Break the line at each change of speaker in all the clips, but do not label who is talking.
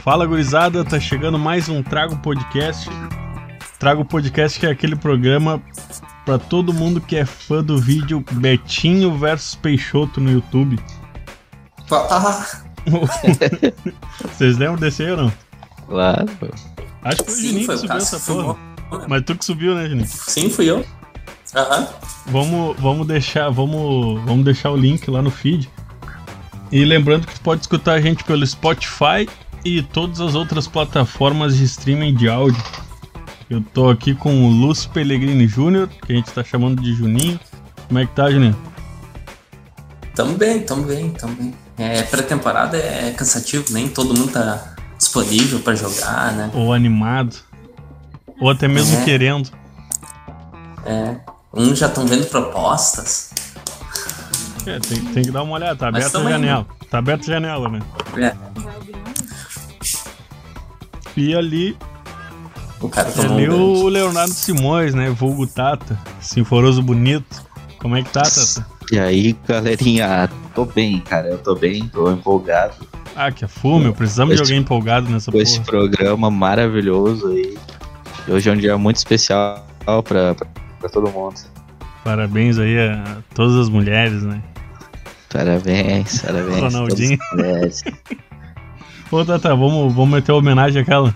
Fala gurizada, tá chegando mais um Trago Podcast. Trago Podcast que é aquele programa pra todo mundo que é fã do vídeo Betinho versus Peixoto no YouTube.
Ah,
Vocês lembram desse aí ou não?
Claro.
Acho que foi o
sim,
Juninho
foi
que
o
subiu essa
Cássio que filmou.
porra. Mas tu que subiu, né, Juninho?
Sim, fui eu. Aham.
Vamos, vamos deixar, vamos, vamos deixar o link lá no feed. E lembrando que tu pode escutar a gente pelo Spotify e todas as outras plataformas de streaming de áudio. Eu tô aqui com o Lúcio Pellegrini Júnior, que a gente tá chamando de Juninho. Como é que tá, Juninho?
Tamo bem, tamo bem, tamo bem. É, pré-temporada é cansativo, nem todo mundo tá disponível pra jogar, né?
Ou animado? Ou até mesmo
É.
querendo?
Uns já estão vendo propostas.
É, tem, tem que dar uma olhada, tá
Mas
aberta a
tamo aí, né?
janela. Tá aberta a janela, né?
É,
E ali,
o cara tomou
ali
um
o É Leonardo Simões, né? Vulgo Tata, Sinforoso Bonito. Como é que tá, Tata?
E aí, galerinha, tô bem, cara. Eu tô bem, tô empolgado
Ah, que afô, meu. Precisamos de
Esse-
alguém empolgado nessa
com esse
porra.
programa maravilhoso aí. E Hoje é um dia muito especial pra, pra, pra todo mundo.
Parabéns aí a todas as mulheres, né?
Parabéns, parabéns.
Ronaldinho.
todos vocês.
Ô, Tata, vamos, vamos meter homenagem àquela.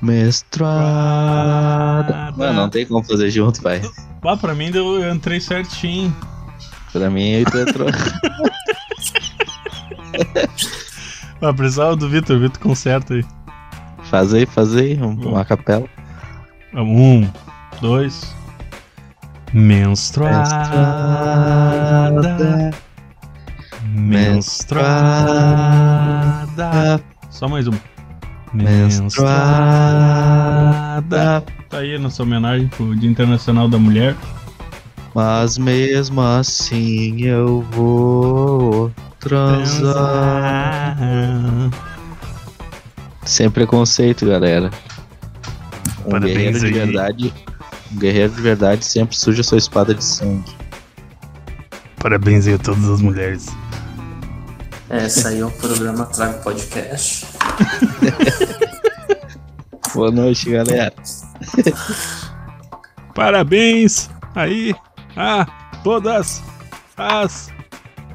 Mestrada.
Ah,
Mano, não tem como fazer junto, pai.
Ah, pra mim deu, eu entrei certinho.
Pra mim, eu tô entrou.
Ah, precisava do Vitor, o Vitor conserta aí.
Faz aí, faz aí, um- uma capela.
Um, dois. Menstruada. Menstruada. Só mais um. Menstruada.
Menstruada.
Tá aí a nossa homenagem pro Dia Internacional da Mulher.
Mas mesmo assim eu vou transar. Sem preconceito, galera. Um
Parabéns
guerreiro de
aí.
verdade. Um guerreiro de verdade sempre suja sua espada de sangue.
Parabéns aí a todas as mulheres.
É, saiu o programa Trago Podcast.
Boa noite, galera.
Parabéns aí a todas as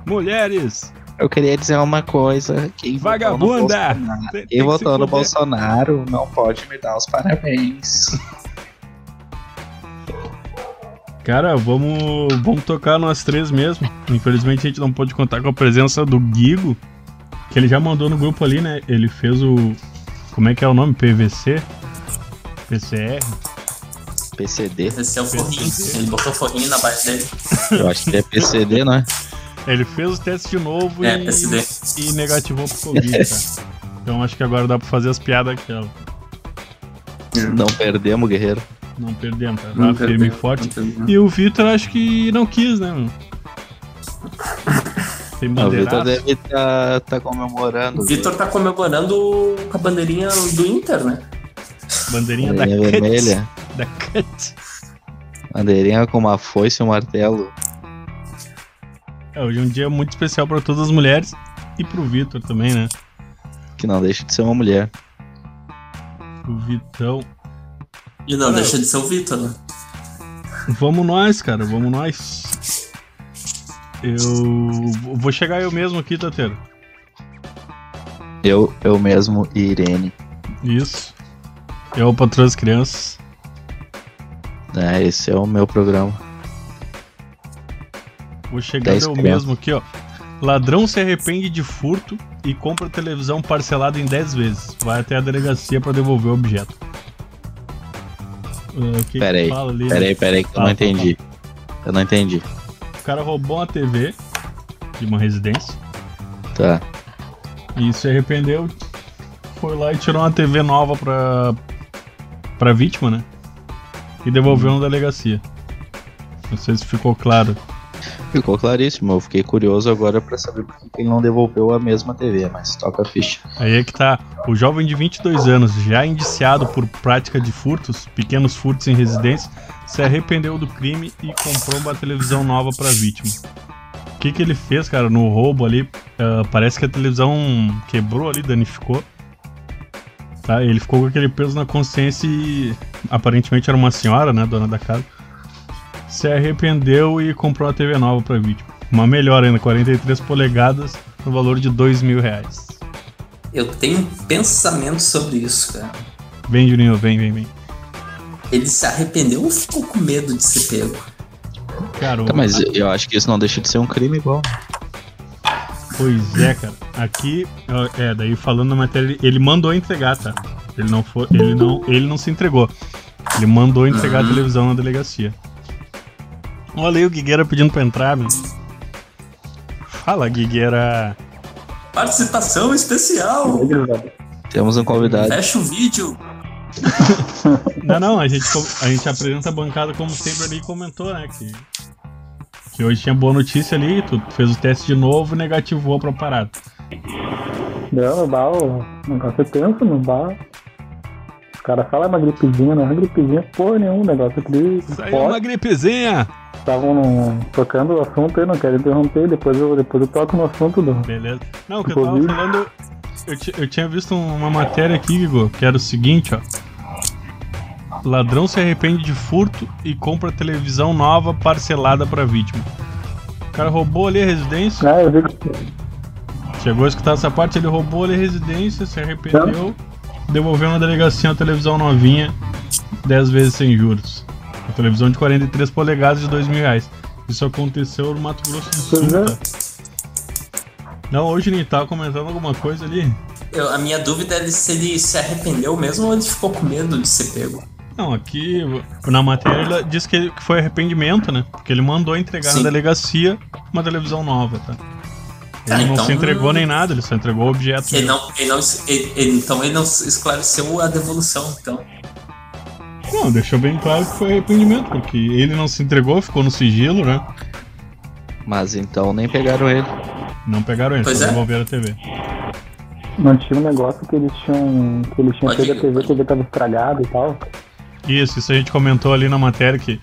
mulheres.
Eu queria dizer uma coisa. Quem votou no
Vagabunda!
Bolsonaro-
Tem- tem
Quem
que
votou
se
no
fuder.
Bolsonaro não pode me dar os parabéns.
Cara, vamos, vamos tocar nós três mesmo. Infelizmente a gente não pôde contar com a presença do Guigo, que ele já mandou no grupo ali, né? Ele fez o. Como é que é o nome? PVC? PCR?
PCD?
Esse é o forrinho. Ele botou o forrinho na base dele.
né? Eu acho que é PCD, né?
Ele fez o teste de novo
É,
e,
PSD.
e negativou pro Covid, cara. Então acho que agora dá pra fazer as piadas aquela.
Não perdemos, guerreiro.
Não perdemos, tá?
Não
Tá firme e
perdeu,
forte.
não perdeu.
E o Vitor acho que não quis, né, mano? Tem
Ah, O Vitor
bandeirado.
deve estar comemorando.
O Vitor tá comemorando com a bandeirinha do Inter, né?
Bandeirinha da
Bandeirinha
Cut.
vermelha.
Da Cut.
Bandeirinha com uma foice e um martelo.
É, hoje é um dia muito especial pra todas as mulheres e pro Vitor também, né?
Que não deixa de ser uma mulher.
O Vitão.
E não,
Não.
deixa de ser o Vitor, né?
Vamos nós, cara, vamos nós. Eu vou chegar eu mesmo aqui, Tateiro.
Eu, eu mesmo e Irene.
Isso. Eu o patrão das crianças.
né? Esse é o meu programa.
Vou chegar
Dez
eu
crianças.
mesmo aqui, ó. Ladrão se arrepende de furto e compra televisão parcelada em 10 vezes. Vai até a delegacia pra devolver o objeto. Ah, o que que
Pera aí,
fala ali, né?
Peraí, peraí, que eu
Fala,
não entendi. Eu não entendi.
O cara roubou uma TV de uma residência
Tá.
e se arrependeu. Foi lá e tirou uma TV nova pra, pra vítima, né? E devolveu na delegacia. Não sei se ficou claro.
Ficou claríssimo. Eu fiquei curioso agora pra saber por que que ele não devolveu a mesma TV, mas toca a ficha.
Aí é que tá. O jovem de 22 anos, já indiciado por prática de furtos, pequenos furtos em residência, se arrependeu do crime e comprou uma televisão nova pra vítima. O que, que ele fez, cara, no roubo ali? ah, parece que a televisão quebrou ali, danificou. Tá? Ele ficou com aquele peso na consciência e aparentemente era uma senhora, né, dona da casa. Se arrependeu e comprou uma TV nova pra vídeo. Uma melhor ainda, 43 polegadas, no valor de 2 mil reais.
Eu tenho um pensamento sobre isso, cara.
Vem, Juninho, vem, vem, vem.
Ele se arrependeu ou ficou com medo de ser pego?
Cara,
Tá,
o-
mas eu acho que isso não deixa de ser um crime igual.
Pois é, cara. Aqui, ó, é, daí falando na matéria, ele- ele mandou entregar, tá? Ele não foi, ele não, ele não se entregou. Ele mandou entregar
Uhum.
a televisão na delegacia. Olha aí o Guigueira pedindo pra entrar, meu. Fala, Guigueira.
Participação especial!
Temos um convidado.
Fecha o vídeo!
Não, não, a gente, com- a gente apresenta a bancada como sempre ali comentou, né? Que, que hoje tinha boa notícia ali, tu fez o teste de novo e negativou pra parada.
Não, o bar, o negócio é tenso no bar. Os caras falam é uma gripezinha, não é uma gripezinha porra nenhuma, o negócio é gripe,
Saiu uma
forte.
gripezinha!
Estavam num- tocando o assunto aí, não quero interromper, depois eu, depois eu toco no assunto do.
Beleza. Não, o que eu tava
Covid.
falando. Eu, ti- eu tinha visto uma matéria aqui, Igor, que era o seguinte, ó. Ladrão se arrepende de furto e compra televisão nova parcelada pra vítima. O cara roubou ali a residência,
Ah, eu vi que
chegou a escutar essa parte, ele roubou ali a residência, se arrependeu, devolveu na delegacia uma televisão novinha, 10 vezes sem juros. Uma televisão de 43 polegadas de 2 mil reais. Isso aconteceu no Mato Grosso do Sul,
Pois é.
tá? Não, hoje nem tava comentando alguma coisa ali.
Eu- a minha dúvida é se ele se arrependeu mesmo ou ele ficou com medo de ser pego.
Não, aqui na matéria ele diz que, que foi arrependimento, né? Porque ele mandou entregar
Sim.
na delegacia uma televisão nova, tá? Ele
Ah,
não
então-
se entregou nem nada, ele só entregou o objeto. mesmo.
Ele não, ele não, ele- ele- então ele não esclareceu a devolução, então.
Não, deixou bem claro que foi arrependimento, porque ele não se entregou, ficou no sigilo, né?
Mas então nem pegaram ele.
Não pegaram ele,
Pois
só
é.
devolveram a TV.
não tinha um negócio que eles tinham. que eles tinham
Pode
pego a
ir,
TV, a
pode
TV tava estragada e tal.
Isso, isso a gente comentou ali na matéria que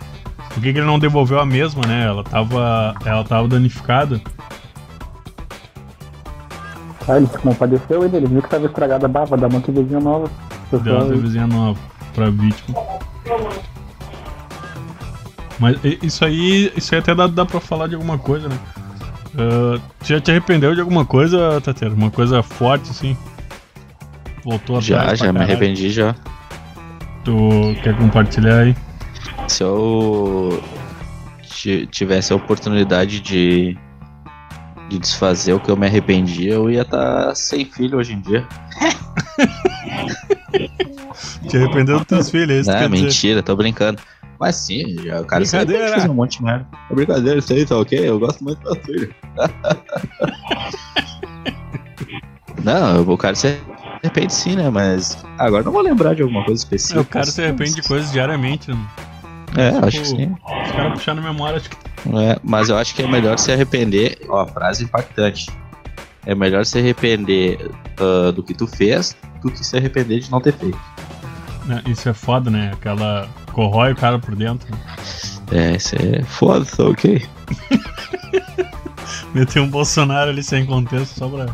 por que, que ele não devolveu a mesma, né? Ela tava, ela tava danificada.
Tá
Ah, ele não padeceu ainda, ele viu que tava estragada, bah, vou dar uma TVzinha nova.
Deu uma
Pessoal,
TVzinha nova pra vítima. Mas i- isso aí, isso aí até dá, dá pra falar de alguma coisa, né? Ah, tu já te arrependeu de alguma coisa, Tateiro? Uma coisa forte, assim? Voltou atrás
Já,
pra
já me
caralho.
arrependi já.
Tu quer compartilhar aí?
Se eu ti- tivesse a oportunidade de, de desfazer o que eu me arrependi, eu ia estar sem filho hoje em dia.
Te arrependeu dos teus filhos, é isso que
Ah,
quer dizer.
mentira, tô brincando. Mas sim, já, o cara se arrepende de
Brincadeira. né?
fazer um monte de merda. É brincadeira, isso aí tá ok? Eu gosto muito da filha. Não, o cara se arrepende sim, né? Mas agora não vou lembrar de alguma coisa específica.
É, O cara se arrepende de coisas diariamente, né?
É, eu acho que sim.
Os caras puxaram a memória, acho que
É, mas eu acho que é melhor se arrepender. Ó, frase impactante. É melhor se arrepender ah, do que tu fez do que se arrepender de não ter feito.
né, isso é foda, né? Aquela corrói o cara por dentro.
É, isso é foda, tá ok.
Meteu um Bolsonaro ali sem contexto só pra.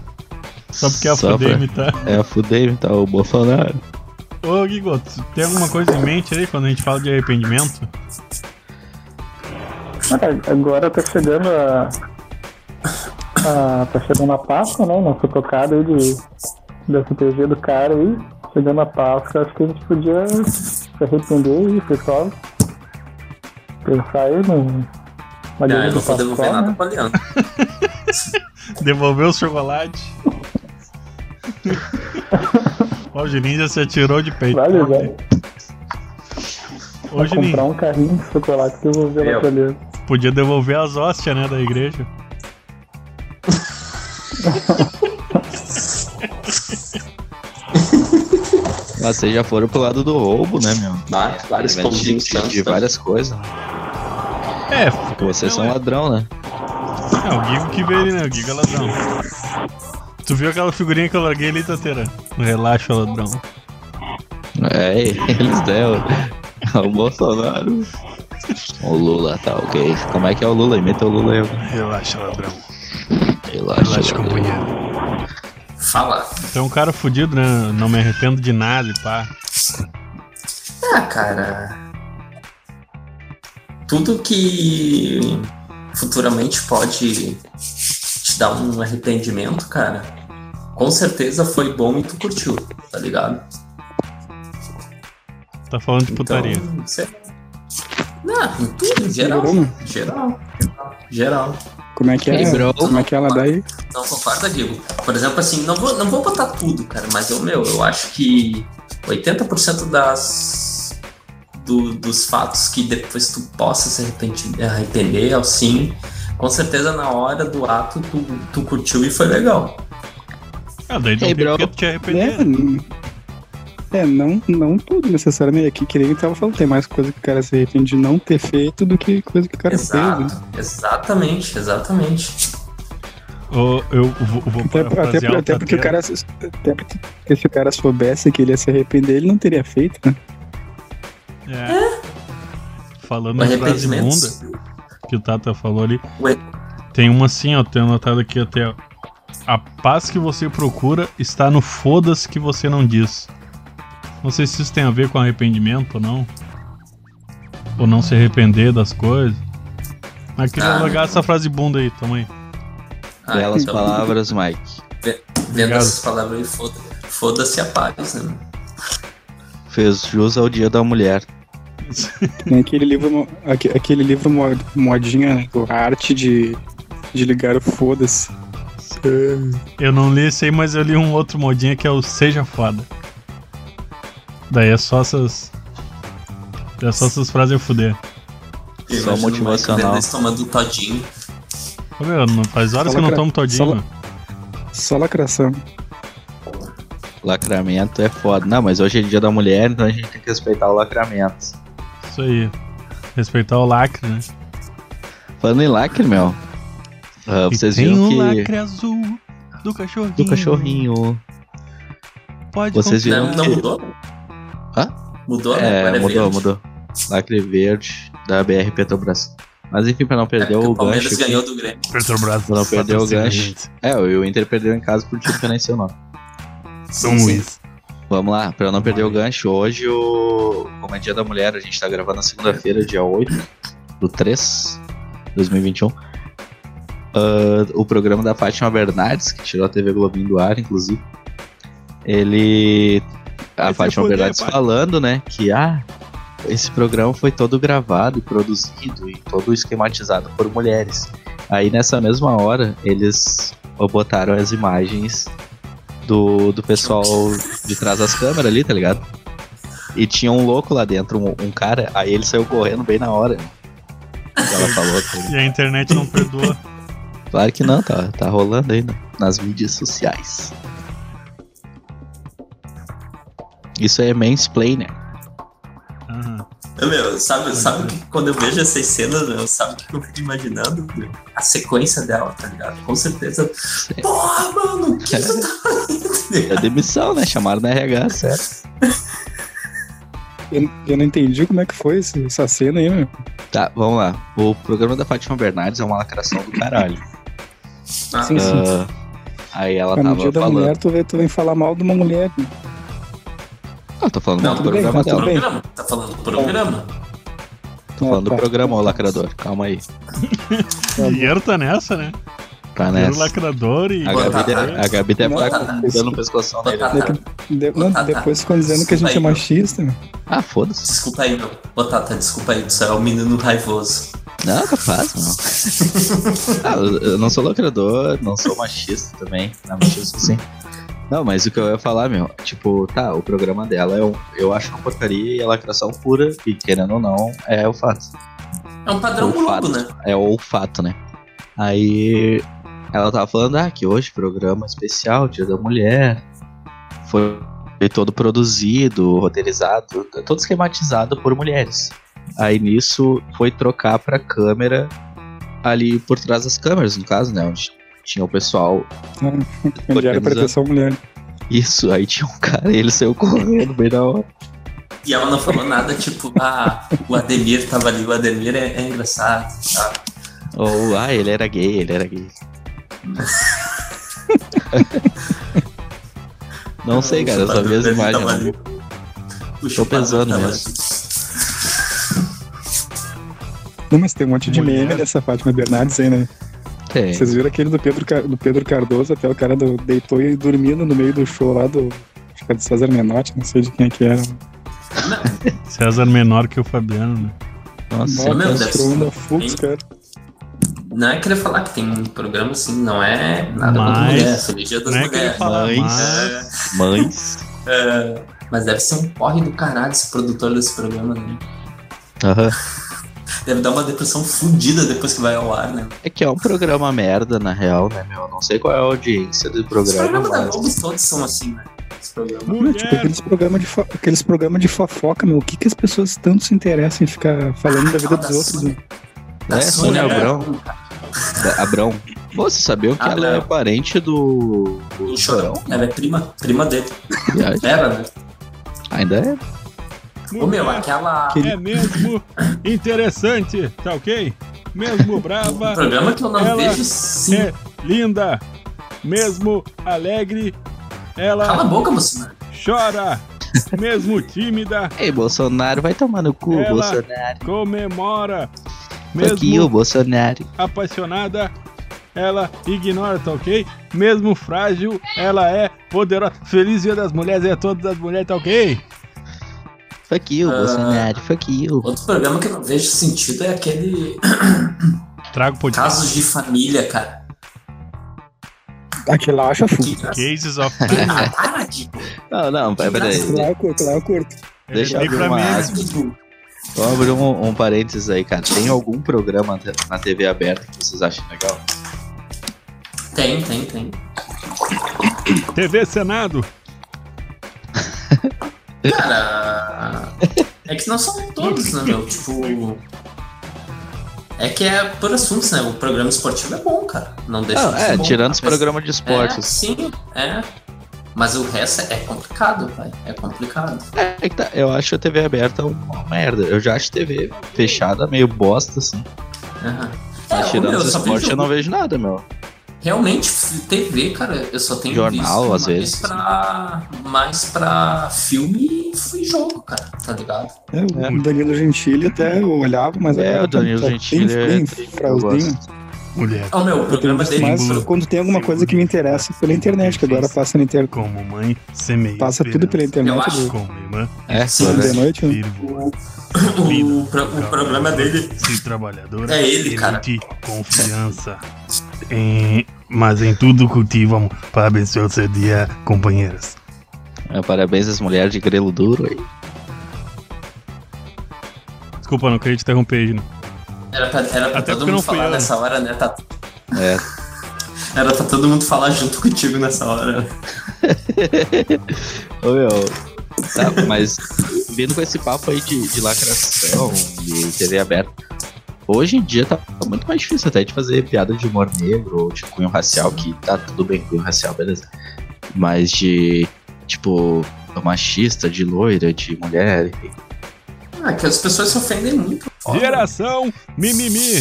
Só porque é a
Só
foder
pra-
imitar.
É, fudei, tá o Bolsonaro.
Ô, Gigo, tu tem alguma coisa em mente aí quando a gente fala de arrependimento?
Cara, agora tá chegando a, a- Tá chegando a Páscoa, né? Nosso tocado aí de, da CTG do cara aí. Chegando a Páscoa, acho que a gente podia se arrepender aí, pessoal. Pensar aí no.
Não,
na
eu
greve
não
do
vou devolver
Pascoal,
nada
né?
pra Leandro.
Devolver o chocolate? Ó, o Juninho já se atirou de peito.
Vale, velho.
Ô,
Vai comprar
Juninho,
um carrinho de chocolate que eu vou ver lá
Eu.
pra dentro.
podia devolver as hóstias, né, da igreja.
Mas vocês já foram pro lado do roubo, né, meu?
Vá- Vários né?
Evento de,
pãozinhos
de, de
tantos, tantos.
várias coisas.
É,
Porque vocês
não,
são ladrão, né?
É, o Gigo que veio ali, né? O Gigo é ladrão. Tu viu aquela figurinha que eu larguei ali, Tateira? Relaxa, ladrão.
É, eles deram. É o Bolsonaro. O Lula, tá ok. Como é que é o Lula? Imita o Lula aí.
Relaxa, ladrão.
Eu Relaxa.
Relaxa,
galera.
companheiro.
Fala.
Tu é um cara fudido, né? Não me arrependo de nada, e pá.
Ah, cara. Tudo que futuramente pode te dar um arrependimento, cara, com certeza foi bom e tu curtiu, tá ligado?
Tá falando de putaria.
Então, sei lá. Não, em tudo, em geral. Geral. Geral.
Como é que é?
Ei, bro.
Como é que ela daí?
Não concorda, Diego? Por exemplo, assim, não vou, não vou botar tudo, cara, mas eu, meu, eu acho que 80% das. do- dos fatos que depois tu possa se arrepender, arrepender assim, com certeza na hora do ato tu, tu curtiu e foi legal.
Ah, daí não tem
Ei, bro.
porque tu te
É,
arrepender.
n- é não, não tudo necessariamente. Aqui, que nem eu tava falando, tem mais coisa que o cara se arrepende de não ter feito do que coisa que o cara fez. né?
Exato, exatamente, exatamente.
Ô, Eu vou, vou
Até, até-
parafrasear
até porque o
Tatiana.
cara. se- Até porque se o cara soubesse que ele ia se arrepender, ele não teria feito, né?
É. Falando
O
em frase
arrependimento.
imunda, que o Tata falou ali.
Ué.
Tem uma assim, ó, tenho anotado aqui até. ó. A paz que você procura está no foda-se que você não diz. Não sei se isso tem a ver com arrependimento ou não. Ou não se arrepender das coisas. Mas queria
Ah.
largar essa frase bunda aí, toma aí.
Ah,
Belas
então,
palavras, Mike.
Vendo
Obrigado.
essas palavras aí, foda- foda-se a paz, né?
Fez jus ao dia da mulher.
Tem aquele livro, mo- aque- aquele livro mo- modinha, né? do arte de, de ligar o foda-se. É,
Eu não li esse aí, mas eu li um outro modinha que é o Seja Foda. Daí é só essas. É só essas frases eu fuder.
Eu
Só
imagino o Mike
motivacional.
vendo eles tomando todinho.
Ô, meu, não- faz horas que
Só
eu não
lacra-
tomo todinho,
só la-
mano.
Só lacração.
Lacramento é foda. Não, mas hoje é dia da mulher, então a gente tem que respeitar o lacramento.
Isso aí. Respeitar o lacre, né?
Então Falando em lacre, meu. ah,
E
vocês
tem
viram
um
que.
lacre azul do cachorrinho.
Do cachorrinho.
Pode
Vocês
comprar.
Não,
viram
não
que-
mudou? Mudou, né?
É,
Agora é
mudou,
verde.
mudou. Lacre verde da BR Petrobras. Mas enfim, pra não
É,
perder
porque
o
o Palmeiras
gancho. aqui-
ganhou do Grêmio.
Petrobras
Não perdeu o
patrocina a
gancho.
gente.
É, o Inter perdeu em casa por um time que eu nem sei o nome.
São
Sim, sim.
Luís.
Vamos lá, pra eu não perder o gancho, hoje o. Como é dia da mulher, a gente tá gravando na segunda-feira, dia 8 do 3 2021. Ah, o programa da Fátima Bernardes, que tirou a TV Globinho do ar, inclusive. Ele. A
Vai se
Fátima
fuder,
Bernardes
pai.
falando, né, que ah, esse programa foi todo gravado e produzido e todo esquematizado por mulheres. Aí nessa mesma hora, eles botaram as imagens do, do pessoal de trás das câmeras ali, tá ligado? E tinha um louco lá dentro, um, um cara, aí ele saiu correndo bem na hora. Que Ela falou, tá ligado?
E a internet não perdoa.
claro que não, tá, tá rolando aí né? nas mídias sociais. Isso é mansplainer.
Aham.
Eu, Meu, sabe, sabe o que quando eu vejo essas cenas, meu, sabe o que eu fico imaginando? Meu? A sequência dela, tá ligado? Com certeza. Porra, mano, que tu tá
É demissão, né? Chamaram na RH, certo?
Eu, eu não entendi como é que foi esse- essa cena aí, meu.
Tá, vamos lá. O programa da Fátima Bernardes é uma lacração do caralho.
Ah,
Sim, sim.
Ah, aí ela
Mas no dia
tava
da
falando.
mulher, tu vem, tu vem falar mal de uma mulher. né?
Não, tô falando
Não,
mal do
tudo bem,
programa
mas
dela.
tudo bem.
programa? Tá falando do programa?
Tô falando do
Ah, tá.
programa, ô lacrador. Calma aí.
bom.
Dinheiro tá nessa, né?
Tá
Dinheiro
nessa.
lacrador e.
A
Boa
Gabi, é
tarde.
de- a Gabi deve
Boa
estar
tarde.
dando um pescoção nele.
Boa tarde.
De- não,
Ah, tá.
depois ficam dizendo que a gente é
Aí, meu.
machista, meu.
Ah, foda-se.
Desculpa aí, meu. Batata, desculpa aí, tu é um menino raivoso.
Não, é capaz, não. ah, eu- eu não sou lacrador, não sou machista também. Não, machista sim. Não, mas o que eu ia falar, meu, tipo, tá, o programa dela é um, eu acho uma porcaria e é lacração pura, e querendo ou não, é o fato.
É um padrão
Ou fato.
Globo, né?
é o olfato, né? Aí ela tava falando, ah, que hoje programa especial, Dia da Mulher. Foi todo produzido, roteirizado, todo esquematizado por mulheres. Aí nisso foi trocar pra câmera ali por trás das câmeras, no caso, né? Onde tinha o pessoal.
Onde era pra
Organizando.
ter só mulher.
Isso, aí tinha um cara e ele saiu correndo bem na hora.
E ela não falou nada, tipo, ah, o Ademir tava ali, o Ademir é, é engraçado. tá?
Ou, ah, ele era gay, ele era gay. Não sei, cara, eu só vi
Tá
as imagens. não- Tô né? pensando, mas-
Não, mas tem um monte de
Mulher.
meme dessa Fátima Bernardes aí, né?
Tem.
Vocês viram aquele do Pedro, Car- do Pedro Cardoso, até o cara do- deitou e dormindo no meio do show lá do. Acho que é do César Menotti, não sei de quem é que era.
César menor que o Fabiano, né?
Nossa,
Bota
meu
uns
Deus.
Frunda Fux,
Hein?
cara.
Não é querer falar que tem um programa assim, não é nada contra
Mas-
mulher, feliz dia das
Não é que ele
mulheres.
fala,
Mães.
mas...
mães.
É, mas deve ser um porre do caralho esse produtor desse programa, né?
Aham.
Deve dar uma depressão fodida depois que vai ao ar, né?
É que é um programa merda, na real, né, meu? Eu Não sei qual é a audiência do
Os
programa,
programas da Globo
mas...
todos são assim, né? Os programas.
Não, tipo, aqueles programas de, fo- aqueles programa de fofoca, meu. O que, que as pessoas tanto se interessam em ficar falando da vida
Ah, da
dos outros?
Sônia.
né?
Da né?
É, Sônia
Abrão.
Abrão. Da- Abrão. Pô, você sabia que ela é
Abrão.
parente do... do
O Chorão, ela é prima, prima dele.
Viagem.
Era, né?
Ainda é?
Ô meu, aquela.
Que-
É mesmo interessante, tá ok? Mesmo
Um
brava,
programa que eu não
Ela
vejo sim.
é linda, mesmo alegre,
Cala
ela
a boca, Bolsonaro.
chora, mesmo tímida,
Ei, Bolsonaro, vai tomar no cu,
Ela-
Bolsonaro.
comemora,
Aqui, o
mesmo
Bolsonaro.
apaixonada, ela ignora, tá ok? Mesmo frágil, ela é poderosa. Feliz Dia das Mulheres é a todas as mulheres, tá ok?
Fuck you,
Ah.
Bolsonaro, fuck you.
Outro programa que eu não vejo sentido é aquele
Trago podcast.
Casos de Família, cara.
Aquele Ah, lá acha Fux.
Que engraçado.
Cases of
Ah, para de.
Não, não, pera- peraí.
Aquele lá eu curto, aquele lá eu curto.
Deixa eu
Nem
abrir
pra
uma
mim, né?
aspa. Vamos abrir um, um parênteses aí, cara. Tem algum programa te- na TV aberta que vocês acham legal?
Tem, tem, tem.
TV Senado.
Cara, é que não são todos, né, meu? Tipo. É que é por assuntos, né? O programa esportivo é bom, cara. Não deixa
Não,
de ser
é,
bom.
tirando os
Mas-
programas
É,
de esportes. assim,
sim, é. Mas o resto é complicado, pai. É complicado.
É, que tá, eu acho a TV aberta uma merda. Eu já acho TV fechada meio bosta, assim.
Aham. É,
Mas
ô,
Tá tirando
meu,
os
eu só
esportes,
vejo-
eu não vejo nada, meu.
Realmente, TV, cara, eu só tenho
Jornal,
visto mais
às vezes.
Pra, mais pra filme e jogo, cara, tá ligado?
É, o Danilo Gentili até eu olhava, mas
É,
agora
o Danilo
tá bem-
Gentili é-
bem
Eu
fraldinho.
gosto.
Mulher
Ó, meu, o programa dele
Mas
Símbolo.
quando tem alguma coisa que me interessa pela internet, que agora passa, na inter...
como mãe, semeia.
passa tudo pela
esperança.
internet
Eu acho.
do
Como irmã,
É,
Sim,
claro.
de noite, né?
firmo,
O, pro- o programa dele
sim, trabalhadora.
É ele, cara.
elite, confiança. Em- mas em tudo cultiva amor. Parabéns pelo seu dia, companheiras.
É, Parabéns às mulheres de grelo duro aí.
Desculpa, não queria te interromper, Gino.
era pra, era pra
Até
todo
porque não
mundo
fui
falar
eu, né?
nessa hora, né? Tá,
É,
era pra todo mundo falar junto contigo nessa hora.
Ô, meu. Tá, mas vindo com esse papo aí de, de lacração, de TV aberta, hoje em dia tá muito mais difícil até de fazer piada de humor negro ou de cunho racial, que tá tudo bem cunho racial, beleza. Mas de, tipo, machista, de loira, de mulher, enfim.
Ah, que as pessoas se ofendem muito. Ó,
Geração mimimi.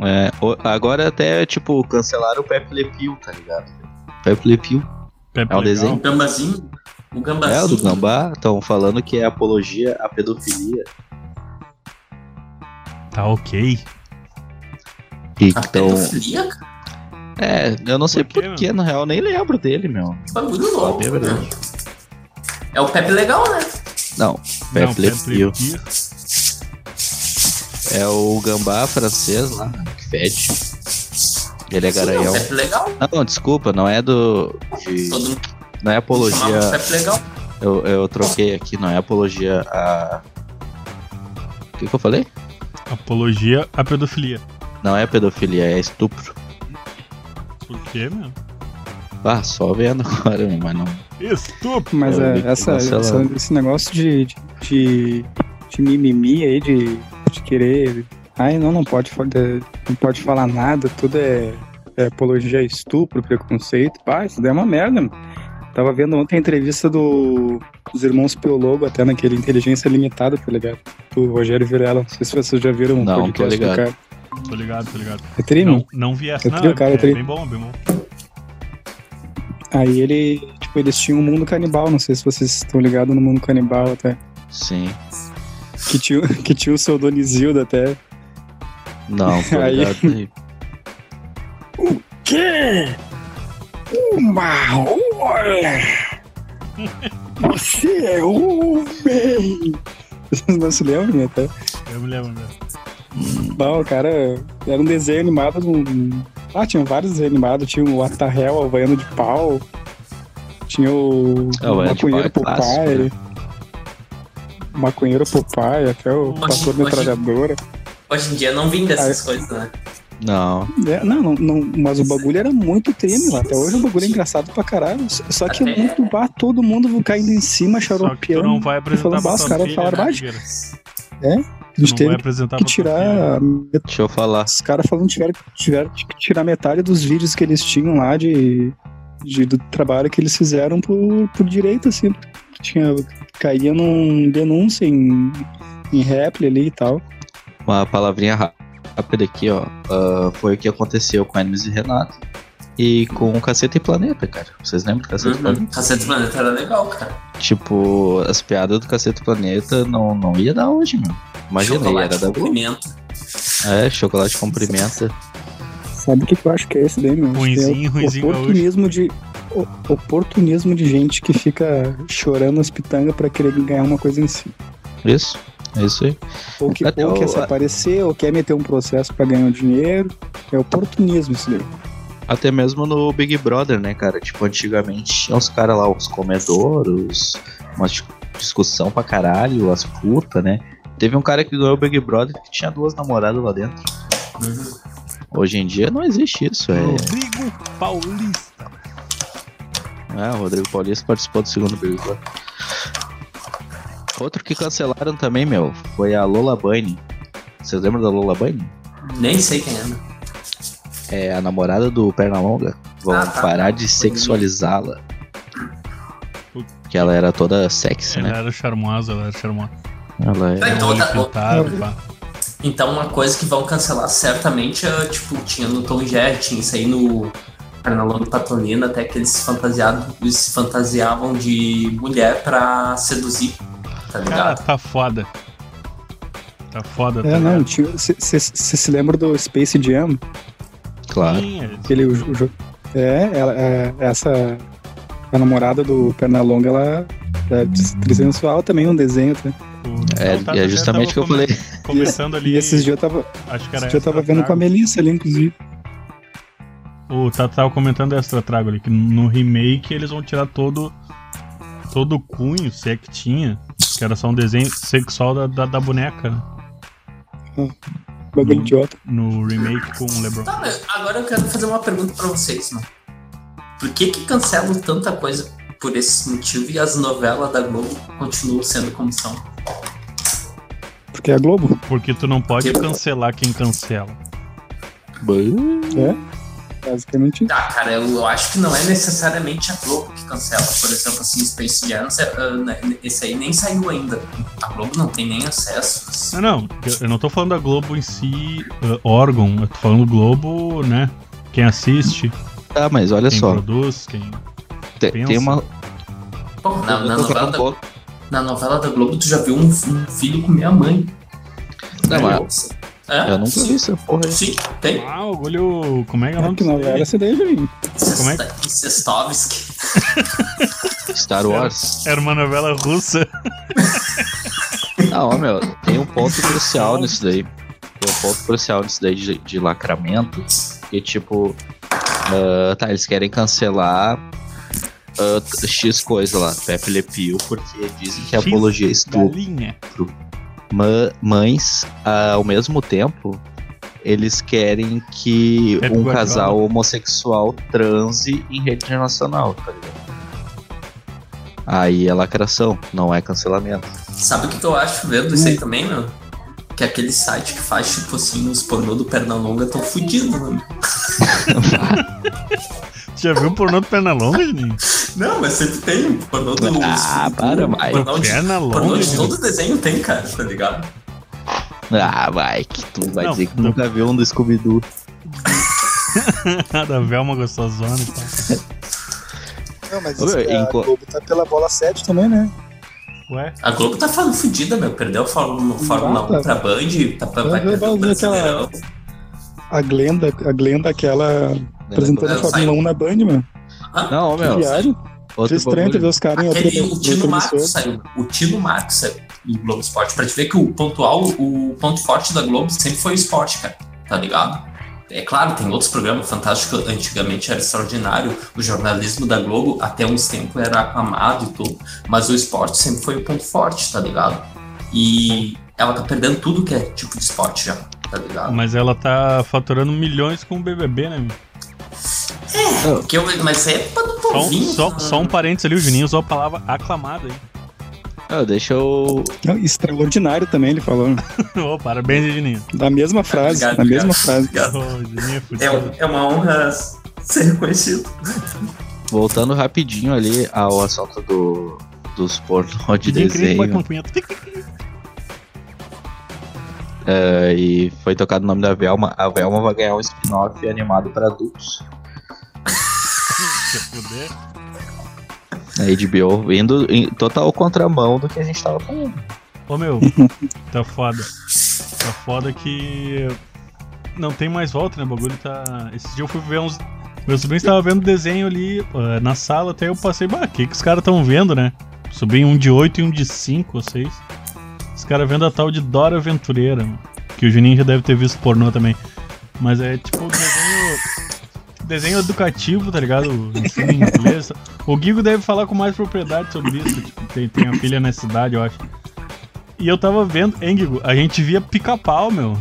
É, o- agora até, tipo, cancelaram o Pepe Le Pew, tá ligado? Pepe Le Pew
Pepe
É
legal.
o
O
desenho?
gambazinho. O
é o do
gambazinho.
Gambá, estão falando que é apologia à pedofilia
Tá ok.
e
a
que tão-
pedofilia, cara,
É, eu não sei
Por
por
quê,
porquê, na real, nem lembro dele, meu.
que bagulho
Pra
Tá
louco. né?
bem a verdade.
né?
É o Pepe legal, né?
Não,
Não, Pepe Le Pew.
Pew.
É o gambá francês lá, que fede. Ele é
Sim, é o
garanhão.
Pepe legal.
Não, desculpa, não é do. de-
Todo mundo
não
chamava
é
de
apologia.
Pepe legal.
Eu, eu troquei aqui, não é apologia a. O que, que eu falei?
Apologia à pedofilia.
Não é pedofilia, é estupro.
Por quê, meu?
Ah, só vendo agora, meu, mas não.
Estupro.
Mas
Eu
é,
vi que
essa,
cancelaram.
essa- esse negócio de, de, de, de mimimi aí, de, de querer. Ai, não, não pode, fa- de- não pode falar nada, tudo é, é apologia a estupro, preconceito. Pá, isso daí é uma merda, mano. Tava vendo ontem a entrevista do, dos irmãos Piologo, até naquele Inteligência Limitada, tá ligado? Do Rogério Virela. Não sei se vocês já viram o
Não, tô
podcast do
ligado.
cara.
Tô ligado, tô ligado.
É tri,
Não,
mano.
não vi essa.
É
Não,
trio, cara,
é,
é
é
trio.
bem bom, é bem bom.
Aí ele, tipo, eles tinham um mundo canibal, não sei se vocês estão ligados no mundo canibal até.
Sim.
Que tinha, que tinha o seu Donizildo até.
Não, tô
Aí-
ligado aí.
Que? Uma hora! Você é homem! Vocês não se lembram até?
Eu me lembro né? mesmo.
Não, cara, era um desenho animado. de um- Ah, tinha vários desenhos animados. Tinha o Atarrel, Havaiano de Pau. Tinha o
Ah, o Havaiano de
Maconheiro
Pau é clássico,
Popeye. O Maconheiro Popeye, até o
Mas-
Pastor
mas-
Metralhadora.
Hoje em dia não vim dessas coisas, né?
Não.
É, não, não, não, mas o bagulho era muito tênue lá. Até hoje o bagulho é engraçado pra caralho. Só só que é
Até-
muito bar, todo mundo caindo em
Só
cima,
que tu não
xaropeando.
vai apresentar
falando,
pra
"Bah, os
tua
caras
filha,
falaram
né,
baixo".
Figueira?
A
Tu
gente
não vai
teve
apresentar pra
que
né? tua filha.
tirar
Deixa eu falar.
Os caras falando que tiveram, tiveram que tirar metade dos vídeos que eles tinham lá de, de- do trabalho que eles fizeram por, por direito, assim. Tinha, caía num denúncia em, em réplica ali e tal.
uma palavrinha rá- rápida aqui, ó. Ah, foi o que aconteceu com Hermes e Renato. E com o Caceta e Planeta, cara. Vocês lembram do Caceta e Planeta?
Uhum. Cacete do Planeta era legal, cara.
Tipo, as piadas do Caceta e Planeta não, não ia dar hoje, mano. Imagina, aí,
Chocolate
era da
com
Globo.
pimenta.
É, chocolate com pimenta.
Sabe o que, que eu acho que é esse daí, meu? Acho que é
Ruizinho, ruizinho gaúcho.
oportunismo de o- oportunismo de gente que fica chorando as pitangas pra querer ganhar uma coisa em si.
Isso, é isso aí.
Ou, que,
Até
ou
o-
quer se aparecer, ou quer meter um processo pra ganhar um dinheiro. É oportunismo isso daí.
Até mesmo no Big Brother, né, cara? Tipo, antigamente tinha os caras lá, os comedores, uma dis- discussão pra caralho, as putas, né? Teve um cara que ganhou o Big Brother que tinha duas namoradas lá dentro.
Uhum.
Hoje em dia não existe isso, é.
Rodrigo Paulista.
Ah, o Rodrigo Paulista participou do segundo Big Brother. Outro que cancelaram também, meu, foi a Lola Bunny. Vocês lembram da Lola Bunny?
Nem sei quem era.
É a namorada do Pernalonga. Vão
Ah, tá.
parar de sexualizá-la. Que ela era toda sexy,
Ela
né?
era charmosa, ela era charmosa.
Ela é,
Ah,
era...
então
Olho
tá bom.
pintado, pá.
Então, uma coisa que vão cancelar certamente é, tipo, tinha no Tom Jerry, tinha isso aí no Arnaldo Patolino, até que eles se, fantasiado- eles se fantasiavam de mulher pra seduzir, tá
Cara,
ligado?
tá foda. Tá foda, tá
É, não,
ligado?
você se lembra do Space Jam?
Claro.
Sim, é-
Ele, o, jo- o, jo- é, ela, é, essa a namorada do Pernalonga, ela é trisensual também, um desenho. Tá?
o-
É,
não, tá,
é
até
justamente o que eu
tava
falei.
come- Começando ali,
E esses dias eu tava,
acho que
esses
era
dias eu tava
extra
vendo com a
trago.
Melissa ali, inclusive.
O Tata tava comentando extra trago ali, que no remake eles vão tirar todo todo o cunho, se é que tinha, que era só um desenho sexual da, da, da boneca, né?
Bagulho
Hum.
idiota.
no remake com o LeBron.
Tá, mas agora eu quero fazer uma pergunta pra vocês, mano. Por que que cancelam tanta coisa por esse motivo e as novelas da Globo continuam sendo como são?
Porque é a Globo.
Porque tu não pode
Que-
cancelar quem cancela.
Basicamente,
Tá, cara, eu, eu acho que não é necessariamente a Globo que cancela. Por exemplo, assim, Space Jam, se- ah, ne- esse aí nem saiu ainda. A Globo não tem nem acesso.
Não, Ah, não, eu- eu não tô falando da Globo em si, eh, órgão, eu tô falando Globo, né? Quem assiste,
Tá, mas olha
quem
só.
produz, quem.
Te- Tem,
pensa.
uma.
Pô, na, na
Vou tocar
novela
um
da,
pouco.
na novela da Globo, tu já viu um, um filho com minha mãe.
Não,
Né?
mas
É?
eu nunca vi né? essa porra aí.
Sim, tem.
Ah, o olho. Como é que é o
ah,
nome
que
disso
novela
daí?
essa daí, velho.
Como é
Sestovski.
Star Wars.
Era uma novela russa.
Não, ó, meu, tem um ponto crucial nisso daí. Tem um ponto crucial nisso daí de, de lacramento. Que tipo, ah, tá, eles querem cancelar ah, t- X coisa lá, Pepe Le Pew, porque dizem que é
X
apologia é estupro.
Galinha.
Ma- mas, ah, ao mesmo tempo, eles querem que
Pepe
um
Guardiola.
casal homossexual transe em rede nacional, tá ligado? Aí é lacração, não é cancelamento.
Sabe o que, que eu acho vendo isso
Hum.
aí também, meu? Que é aquele site que faz, tipo assim, os pornô do Pernalonga tão né? fudidos, mano.
Já viu o pornô do Pernalonga, Juninho?
Não, mas sempre tem um pornô do...
Ah, para, Mike.
pornô de-
Pernalonga.
Pornô de
Juninho.
todo desenho tem, cara, tá ligado?
Ah, vai, que tu vai
Não,
dizer que
não.
nunca viu um do Scooby-Doo.
da Velma é gostosona e tal.
Não, mas
Ô, meu,
a
enco-
Globo tá pela bola 7 também, né?
Ué?
A Globo tá falando fudida, meu. Perdeu a Fórmula, Fórmula
Exato.
1 pra Band, tá pra,
Eu
vai
vi
perder o
alguma coisa que ela-
Brasileirão.
A Glenda, a Glenda aquela apresentando
Glenda
a Fórmula
saiu.
1 na Band, mano.
Hã?
Não,
Que
meu,
viagem.
outro
Fiz estranho
bagulho.
ver os caras em outra
Aquele, o Tino
emissora.
Marcos saiu. O Tino Marcos saiu no Globo Esporte. Pra te ver que o pontual, o ponto forte da Globo sempre foi o esporte, cara. Tá ligado? É claro, tem outros programas fantásticos. Antigamente era extraordinário. O jornalismo da Globo, até uns tempos, era aclamado e tudo. Mas o esporte sempre foi o ponto forte, tá ligado? E ela tá perdendo tudo que é tipo de esporte já, tá ligado?
Mas ela tá faturando milhões com o BBB, né, meu?
Porque eu, mas é pra do
Só um,
povinho. tá
só,
cara.
só um parênteses ali, o Juninho usou a palavra aclamada aí.
Ah, deixa eu.
Não, Extraordinário também, ele falou.
Ô, parabéns, Juninho.
Da mesma frase,
Obrigado,
na
obrigado.
mesma frase.
Ô,
Obrigado.
Juninho é
É,
fudido.
um- é uma honra ser reconhecido.
Voltando rapidinho ali ao assunto do, dos pornô de
Juninho queria que bota
desenho.
um punheta.
eh, E foi tocado o nome da Velma. A Velma vai ganhar um spin-off animado pra adultos.
Se fuder.
Na HBO, indo em total contramão do que a gente tava falando.
Ô meu, tá foda. Tá foda que. Não tem mais volta, né? O bagulho tá. Esse dia eu fui ver uns. Meu sobrinho estava vendo desenho ali eh, na sala, até eu passei, bah, o que, que os caras estão vendo, né? Sobrinho um de 8 e um de 5 ou 6. Os caras vendo a tal de Dora Aventureira, mano. que o Juninho já deve ter visto pornô também. Mas é tipo desenho. Desenho educativo, tá ligado? Ensino em inglês. O Guigo deve falar com mais propriedade sobre isso. Tipo, tem, tem a filha na cidade, eu acho. E eu tava vendo, hein, Guigo? A gente via pica-pau, meu.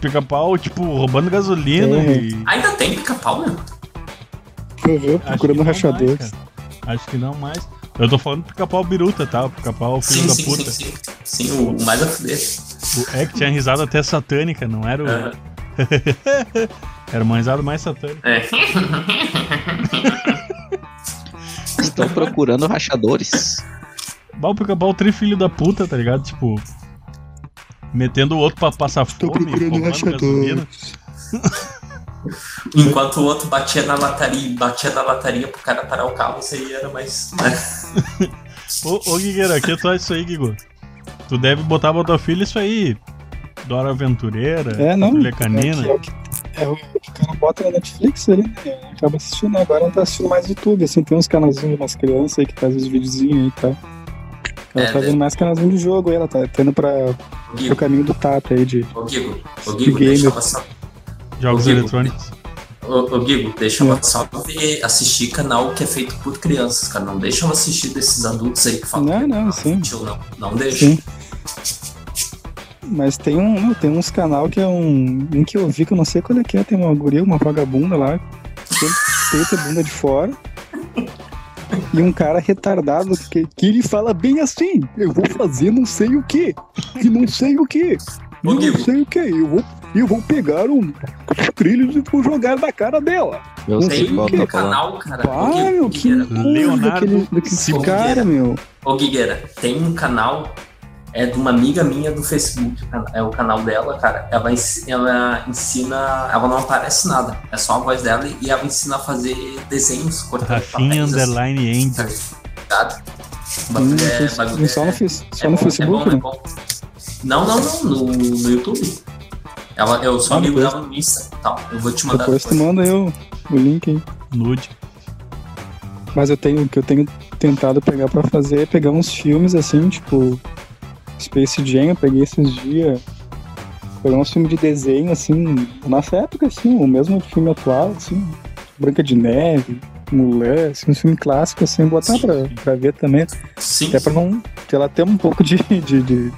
Pica-pau, tipo, roubando gasolina
É.
e.
Ainda tem pica-pau, meu?
Eu vi eu
Acho
procurando
que
um
não
rachador.
mais, cara. Acho que não mais. Eu tô falando pica-pau biruta, tá? Pica-pau filho
Sim,
da
sim,
puta.
sim, sim. Sim, o o mais a fuder.
O- É que tinha risada até satânica, não era o.
Ah,
Era uma risada mais satânica.
É.
Estão procurando rachadores.
Bah, o pica-pau tri filho da puta, tá ligado? Tipo. Metendo o outro pra passar
Tô
fome,
procurando um
roubando gasolina.
rachador.
Enquanto o outro batia na lataria, batia na lataria pro cara parar o carro, isso aí era mais. né?
Ô, ô Guigueira, que tu acha isso aí, Guigo? Tu deve botar pra tua filha isso aí. Dora Aventureira,
É, não.
Patrulha
É,
Canina.
o que- é o que o cara bota na Netflix ali, né? Acaba assistindo, né? agora não tá assistindo mais YouTube, assim, tem uns canalzinhos de umas crianças aí que faz os videozinhos e tal. Ela
É,
tá
né?
vendo mais canalzinho de jogo aí, ela tá tendo pra,
Ô,
pro
Guigo,
caminho do Tata aí de.
ô, Guigo, ô, Guigo,
Gamer.
deixa ela só.
Jogos
Ô, Guigo.
eletrônicos.
Ô, ô, Guigo, deixa ela só ver, assistir canal que é feito por crianças, cara. Não deixa ela assistir desses adultos aí que falam.
Não,
que é
não,
canal
sim.
infantil, Não, não deixa.
Sim. Mas tem um, não, tem uns canal que é um, um que eu vi que eu não sei qual é que é, tem uma guria, uma vagabunda lá, sempre teta bunda de fora. E um cara retardado que, que ele fala bem assim, eu vou fazer não sei o que, e não sei o que,
Ô,
não
Guigo.
sei o que, é, eu vou, eu vou pegar um os trilhos e vou jogar na cara dela.
Eu sei
Tem
qual
um
tá falando.
canal, cara. ô,
Ah, meu, que
Guigueira.
nojo daquele, daquele
Silveira.
cara, meu.
Ô Guigueira, tem um canal, é de uma amiga minha do Facebook, é o canal dela, cara. Ela, ens- ela ensina, ela não aparece nada, é só a voz dela e ela ensina a fazer desenhos, cortar assim,
Rafinha Underline End.
Hum,
é
tem- só no, face- só no Facebook, né?
Não, não, não, no, no YouTube. Ela, eu sou
Ah,
amigo
depois.
dela no Insta, tal. Eu vou te mandar
Depois
depois.
tu manda aí o, o link aí.
Nude.
Mas eu tenho, o que eu tenho tentado pegar pra fazer é pegar uns filmes assim, tipo Space Jam, eu peguei esses dias. Pegar uns filmes de desenho, assim, nossa época, assim, o mesmo filme atual, assim, Branca de Neve, Mulan, assim, um filme clássico, assim, botar
Sim,
pra,
sim.
pra ver também.
Sim,
Até pra não. Sei lá, ter um pouco de. de, de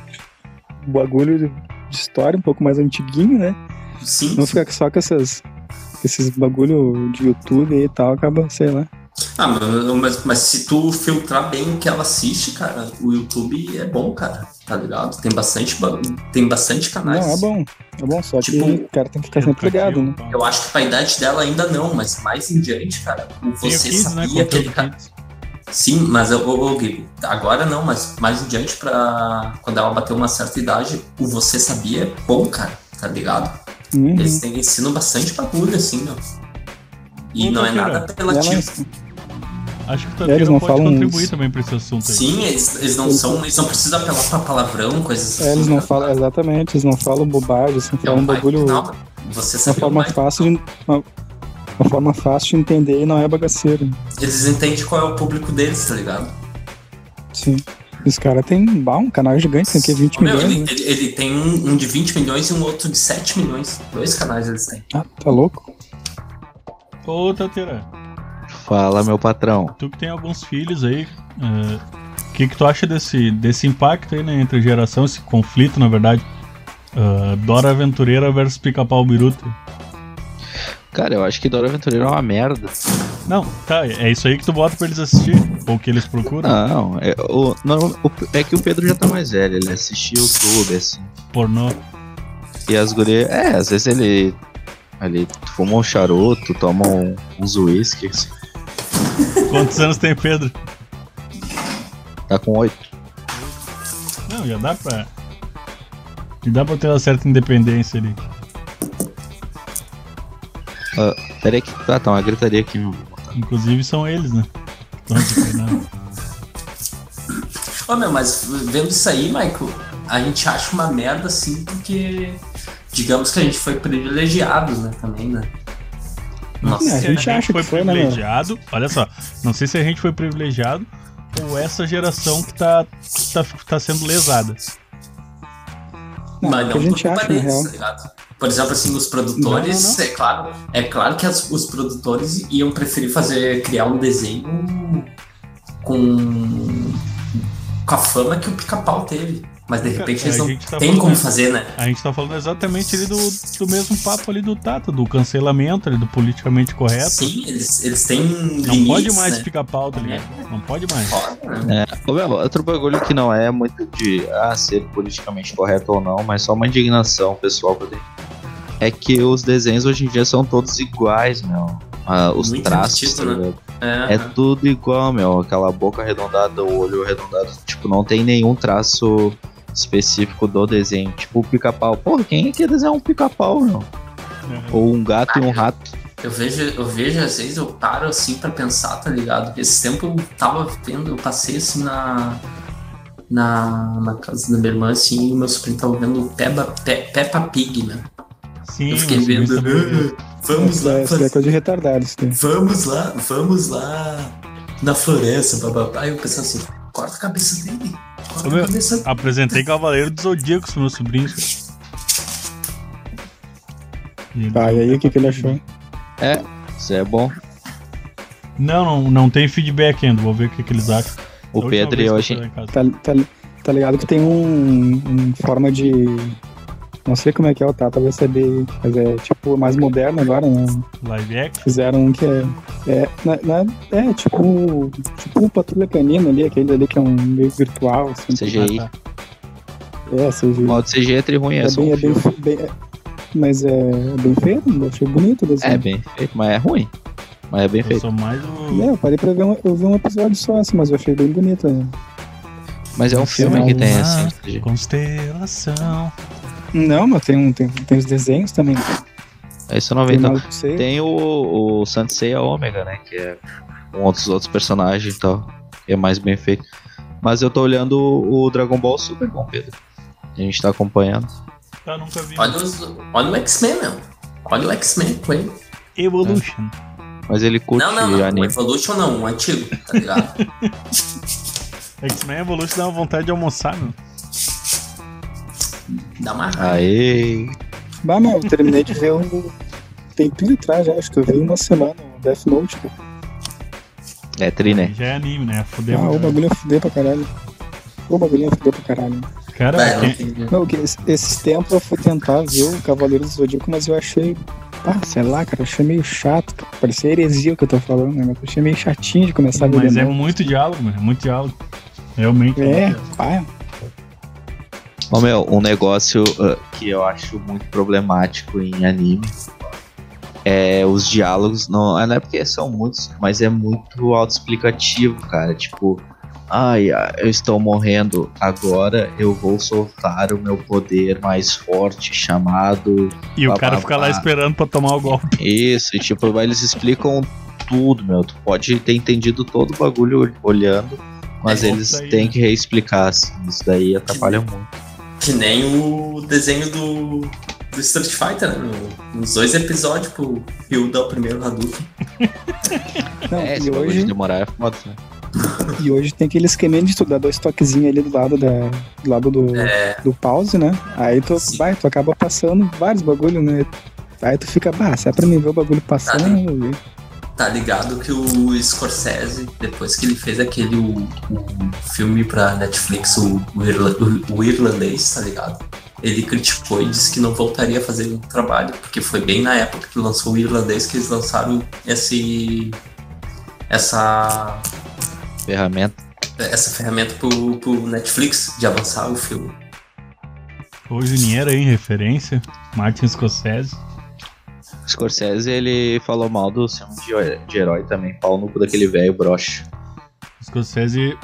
bagulho de de história, um pouco mais antiguinho, né?
sim.
Não ficar só com essas. Esses bagulho de YouTube aí e tal, acaba, sei lá.
Ah, mas, mas se tu filtrar bem o que ela assiste, cara, o YouTube é bom, cara. Tá ligado? Tem bastante, ba- tem bastante canais.
Não, é bom. É bom, só
Tipo,
que o cara tem que ficar sempre ligado, né?
Eu acho que pra idade dela ainda não, mas mais em diante, cara,
Tem o
você
Kids, né?
sabia tá-
conteúdo
aquele cara.
Kids.
Sim, mas eu, ô, ô, Gui, agora não, mas mais em diante, pra quando ela bater uma certa idade, o você sabia é bom, cara, tá ligado?
Uhum.
Eles têm, ensinam bastante bagulho, assim, meu. E
Ô,
não é
Taquera,
nada apelativo.
é
Acho que o
Eles
Taqueiro
não
pode
falam
contribuir
uns-
também pra esse assunto aí.
Sim, eles, eles não são, eles não precisam apelar pra palavrão, coisas assim, né?
É, eles não
cara.
falam, exatamente, eles não falam bobagem, eles não
É
falam
um
um
baita
bagulho.
final. Você
Uma
sabe
forma fácil de. Uma, uma forma fácil de entender e não é bagaceiro.
Eles entendem qual é o público deles, tá ligado?
Sim. Esse cara tem bah, um canal gigante, tem aqui 20
Meu,
milhões.
ele,
né?
ele- ele tem um, um de 20 milhões e um outro de 7 milhões. Dois canais eles têm.
Ah, tá louco?
Ô, Tateira,
Fala, meu patrão.
tu que tem alguns filhos aí, eh, o que que tu acha desse, desse impacto aí, né, entre geração, esse conflito, na verdade? Ah, Dora Aventureira versus Pica-Pau Biruta.
Cara, eu acho que Dora Aventureira é uma merda.
Não, tá, é isso aí que tu bota pra eles assistir, ou que eles procuram.
Não, é, o, normal- o- é que o Pedro já tá mais velho, ele assistiu o YouTube, assim.
Pornô.
E as gurias. É, às vezes ele. Ali, fuma um charuto, toma um, uns assim. uísques,
Quantos anos tem Pedro?
tá com oito.
Não, já dá pra. Já dá pra ter uma certa independência ali.
Peraí que. Ah, tá uma gritaria aqui, meu.
Inclusive são eles, né? Então, tipo, né?
Ô, meu, mas vendo isso aí, Michael, a gente acha uma merda assim, porque digamos que a gente foi privilegiado, né, também, né? Nossa,
É, a gente
Se
acha que
foi
foi, né, meu?
privilegiado. olha só, não sei se a gente foi privilegiado ou essa geração que tá, que tá, tá sendo lesada.
Não,
mas não
é o que a gente
por culpa
acha, na real.
deles, tá ligado? Por exemplo, assim, os produtores,
Não,
é claro, é claro que as- os produtores iam preferir fazer criar um desenho com com a fama que o Pica-Pau teve, mas de repente
Cara,
eles
a
não
gente tá
têm
falando-
como fazer, né?
A gente tá falando exatamente ali do, do mesmo papo ali do Tata, do cancelamento, ali, do politicamente correto.
Sim, eles, eles
É,
têm
Não
limites,
pode mais
né?
pica pau, tá ligado? Não pode mais.
Foda, né?
Ô, meu, outro bagulho que não é muito de ah, ser politicamente correto ou não, mas só uma indignação pessoal que eu tenho. É que os desenhos hoje em dia são todos iguais, meu. Ah, os
Muito
traços,
repetido,
tá
né?
ligado?
É,
É tudo igual, meu. Aquela boca arredondada, o olho arredondado. Tipo, não tem nenhum traço específico do desenho. Tipo, o pica-pau. Porra, quem é que ia desenhar um pica-pau, meu? Ou um gato e um rato.
Eu vejo, eu vejo, às vezes eu paro assim pra pensar, tá ligado? Esse tempo eu tava vendo, eu passei assim na. Na, na casa da minha irmã, assim, e o meu sobrinho tava vendo Peppa, Pe- Peppa Pig, né?
Sim,
eu fiquei
mas
vendo.
isso também-
"Ah, Vamos
Isso
lá,
é, isso é
faz-
coisa de retardado, isso daí.
vamos lá, vamos lá na floresta, bababá. Aí eu pensava assim, corta a cabeça dele, corta
Ô, meu,
a cabeça dele.
Apresentei Cavaleiro dos Zodíacos pro meu sobrinho.
Tá, e aí o que, que ele achou?
Isso é bom.
Não, não, não tem feedback ainda. Vou ver o que, que eles acham.
O
Da última
Pedro
vez
e
que
eu, a
eu
gente,
fui lá em casa.
Tá, tá, tá ligado que tem um, um forma de. Não sei como é que é o Tata, vai saber. Mas é tipo mais moderno agora, né?
Live action.
Fizeram um que é. É, na- na- é tipo. Tipo o Patrulha Canina ali, aquele ali que é um meio virtual, assim.
CGI.
Ah, tá.
É, CGI.
O modo CGI é tri ruim, é,
É
só
bem,
um
é bem,
filme.
fe- bem- é- mas é, é bem feio, eu achei bonito o desenho.
É bem feito, mas é ruim. Mas é bem
Eu
feito.
sou mais o.
É, eu parei pra ver um, eu vi um episódio só, assim, mas eu achei bem bonito. Né?
Mas é um
Eu
filme
sou
que tem
uma
assim. CGI.
Constelação.
Não, mas tem, um, tem, tem os desenhos também.
Aí você não vê.
Tem,
Então.
mais que sei.
Tá Tem o, o Sansei a Omega, né? Que é um dos outros personagens e tal. que é mais bem feito. Mas eu tô olhando o o Dragon Ball Super bom, Pedro. A gente tá acompanhando.
Tá, nunca vi.
Olha, os- olha o X-Men, meu. Olha o X-Men com ele.
Evolution.
Mas ele curte
Não, não, não. O
anime.
Evolution não, o antigo, tá ligado?
X-Men é Evolution dá uma vontade de almoçar, meu.
Dá uma
Aê!
Bah, mas eu terminei de ver um tempinho atrás, já, acho que eu vi uma semana, o Death Note. tipo, cara.
É tri, né?
Já é anime, né? Fudeu.
Ah, o
cara.
bagulho eu fudei pra caralho. O bagulho eu fudei pra caralho.
Cara,
Vai, não
quem-
tem-
Não, que esse- esses tempos eu fui tentar ver o Cavaleiro do Zodíaco, mas eu achei. Ah, sei lá, cara, eu achei meio chato. cara. Parecia heresia o que eu tô falando, né? mas Eu achei meio chatinho de começar a ver.
mas
de
é um
novo.
muito diálogo, mano. É muito diálogo. Realmente.
É, pá.
Ô uh, meu, um negócio ah, que eu acho muito problemático em anime é, os diálogos, não, não é porque são muitos, mas é muito autoexplicativo, cara. Tipo, ai, ah, eu estou morrendo, agora eu vou soltar o meu poder mais forte chamado.
E o
blá,
cara
blá,
fica lá
blá."
esperando pra tomar o golpe.
Isso, e tipo, eles explicam tudo, meu. Tu pode ter entendido todo o bagulho olhando, mas
É,
eles
isso aí,
têm
né?
que reexplicar, assim, isso daí atrapalha muito.
Que nem o desenho do, do Street Fighter, né? No- Nos dois episódios, pro Ryu dá o primeiro Hadouken.
Não,
É, esse
e,
bagulho de
hoje,
demorar é foda, né?
e hoje tem aquele esqueminha de estudar dois toquezinhos ali do lado, da, do, lado do,
É,
do pause, né? Aí tu,
Sim.
vai, tu acaba passando vários bagulho, né? Aí tu fica, bah, se é pra mim ver o bagulho
Ah,
passando.
tá ligado que o Scorsese, depois que ele fez aquele o, o filme pra Netflix, o, o Irla- o- o Irlandês, tá ligado? Ele criticou e disse que não voltaria a fazer o trabalho, porque foi bem na época que lançou o Irlandês que eles lançaram esse. essa
Ferramenta.
essa ferramenta pro, pro Netflix de avançar o filme.
Ô, Juniera aí, referência. Martin Scorsese.
O Scorsese, ele falou mal do filme de, de herói também, pau no cu daquele velho broche.
Scorsese.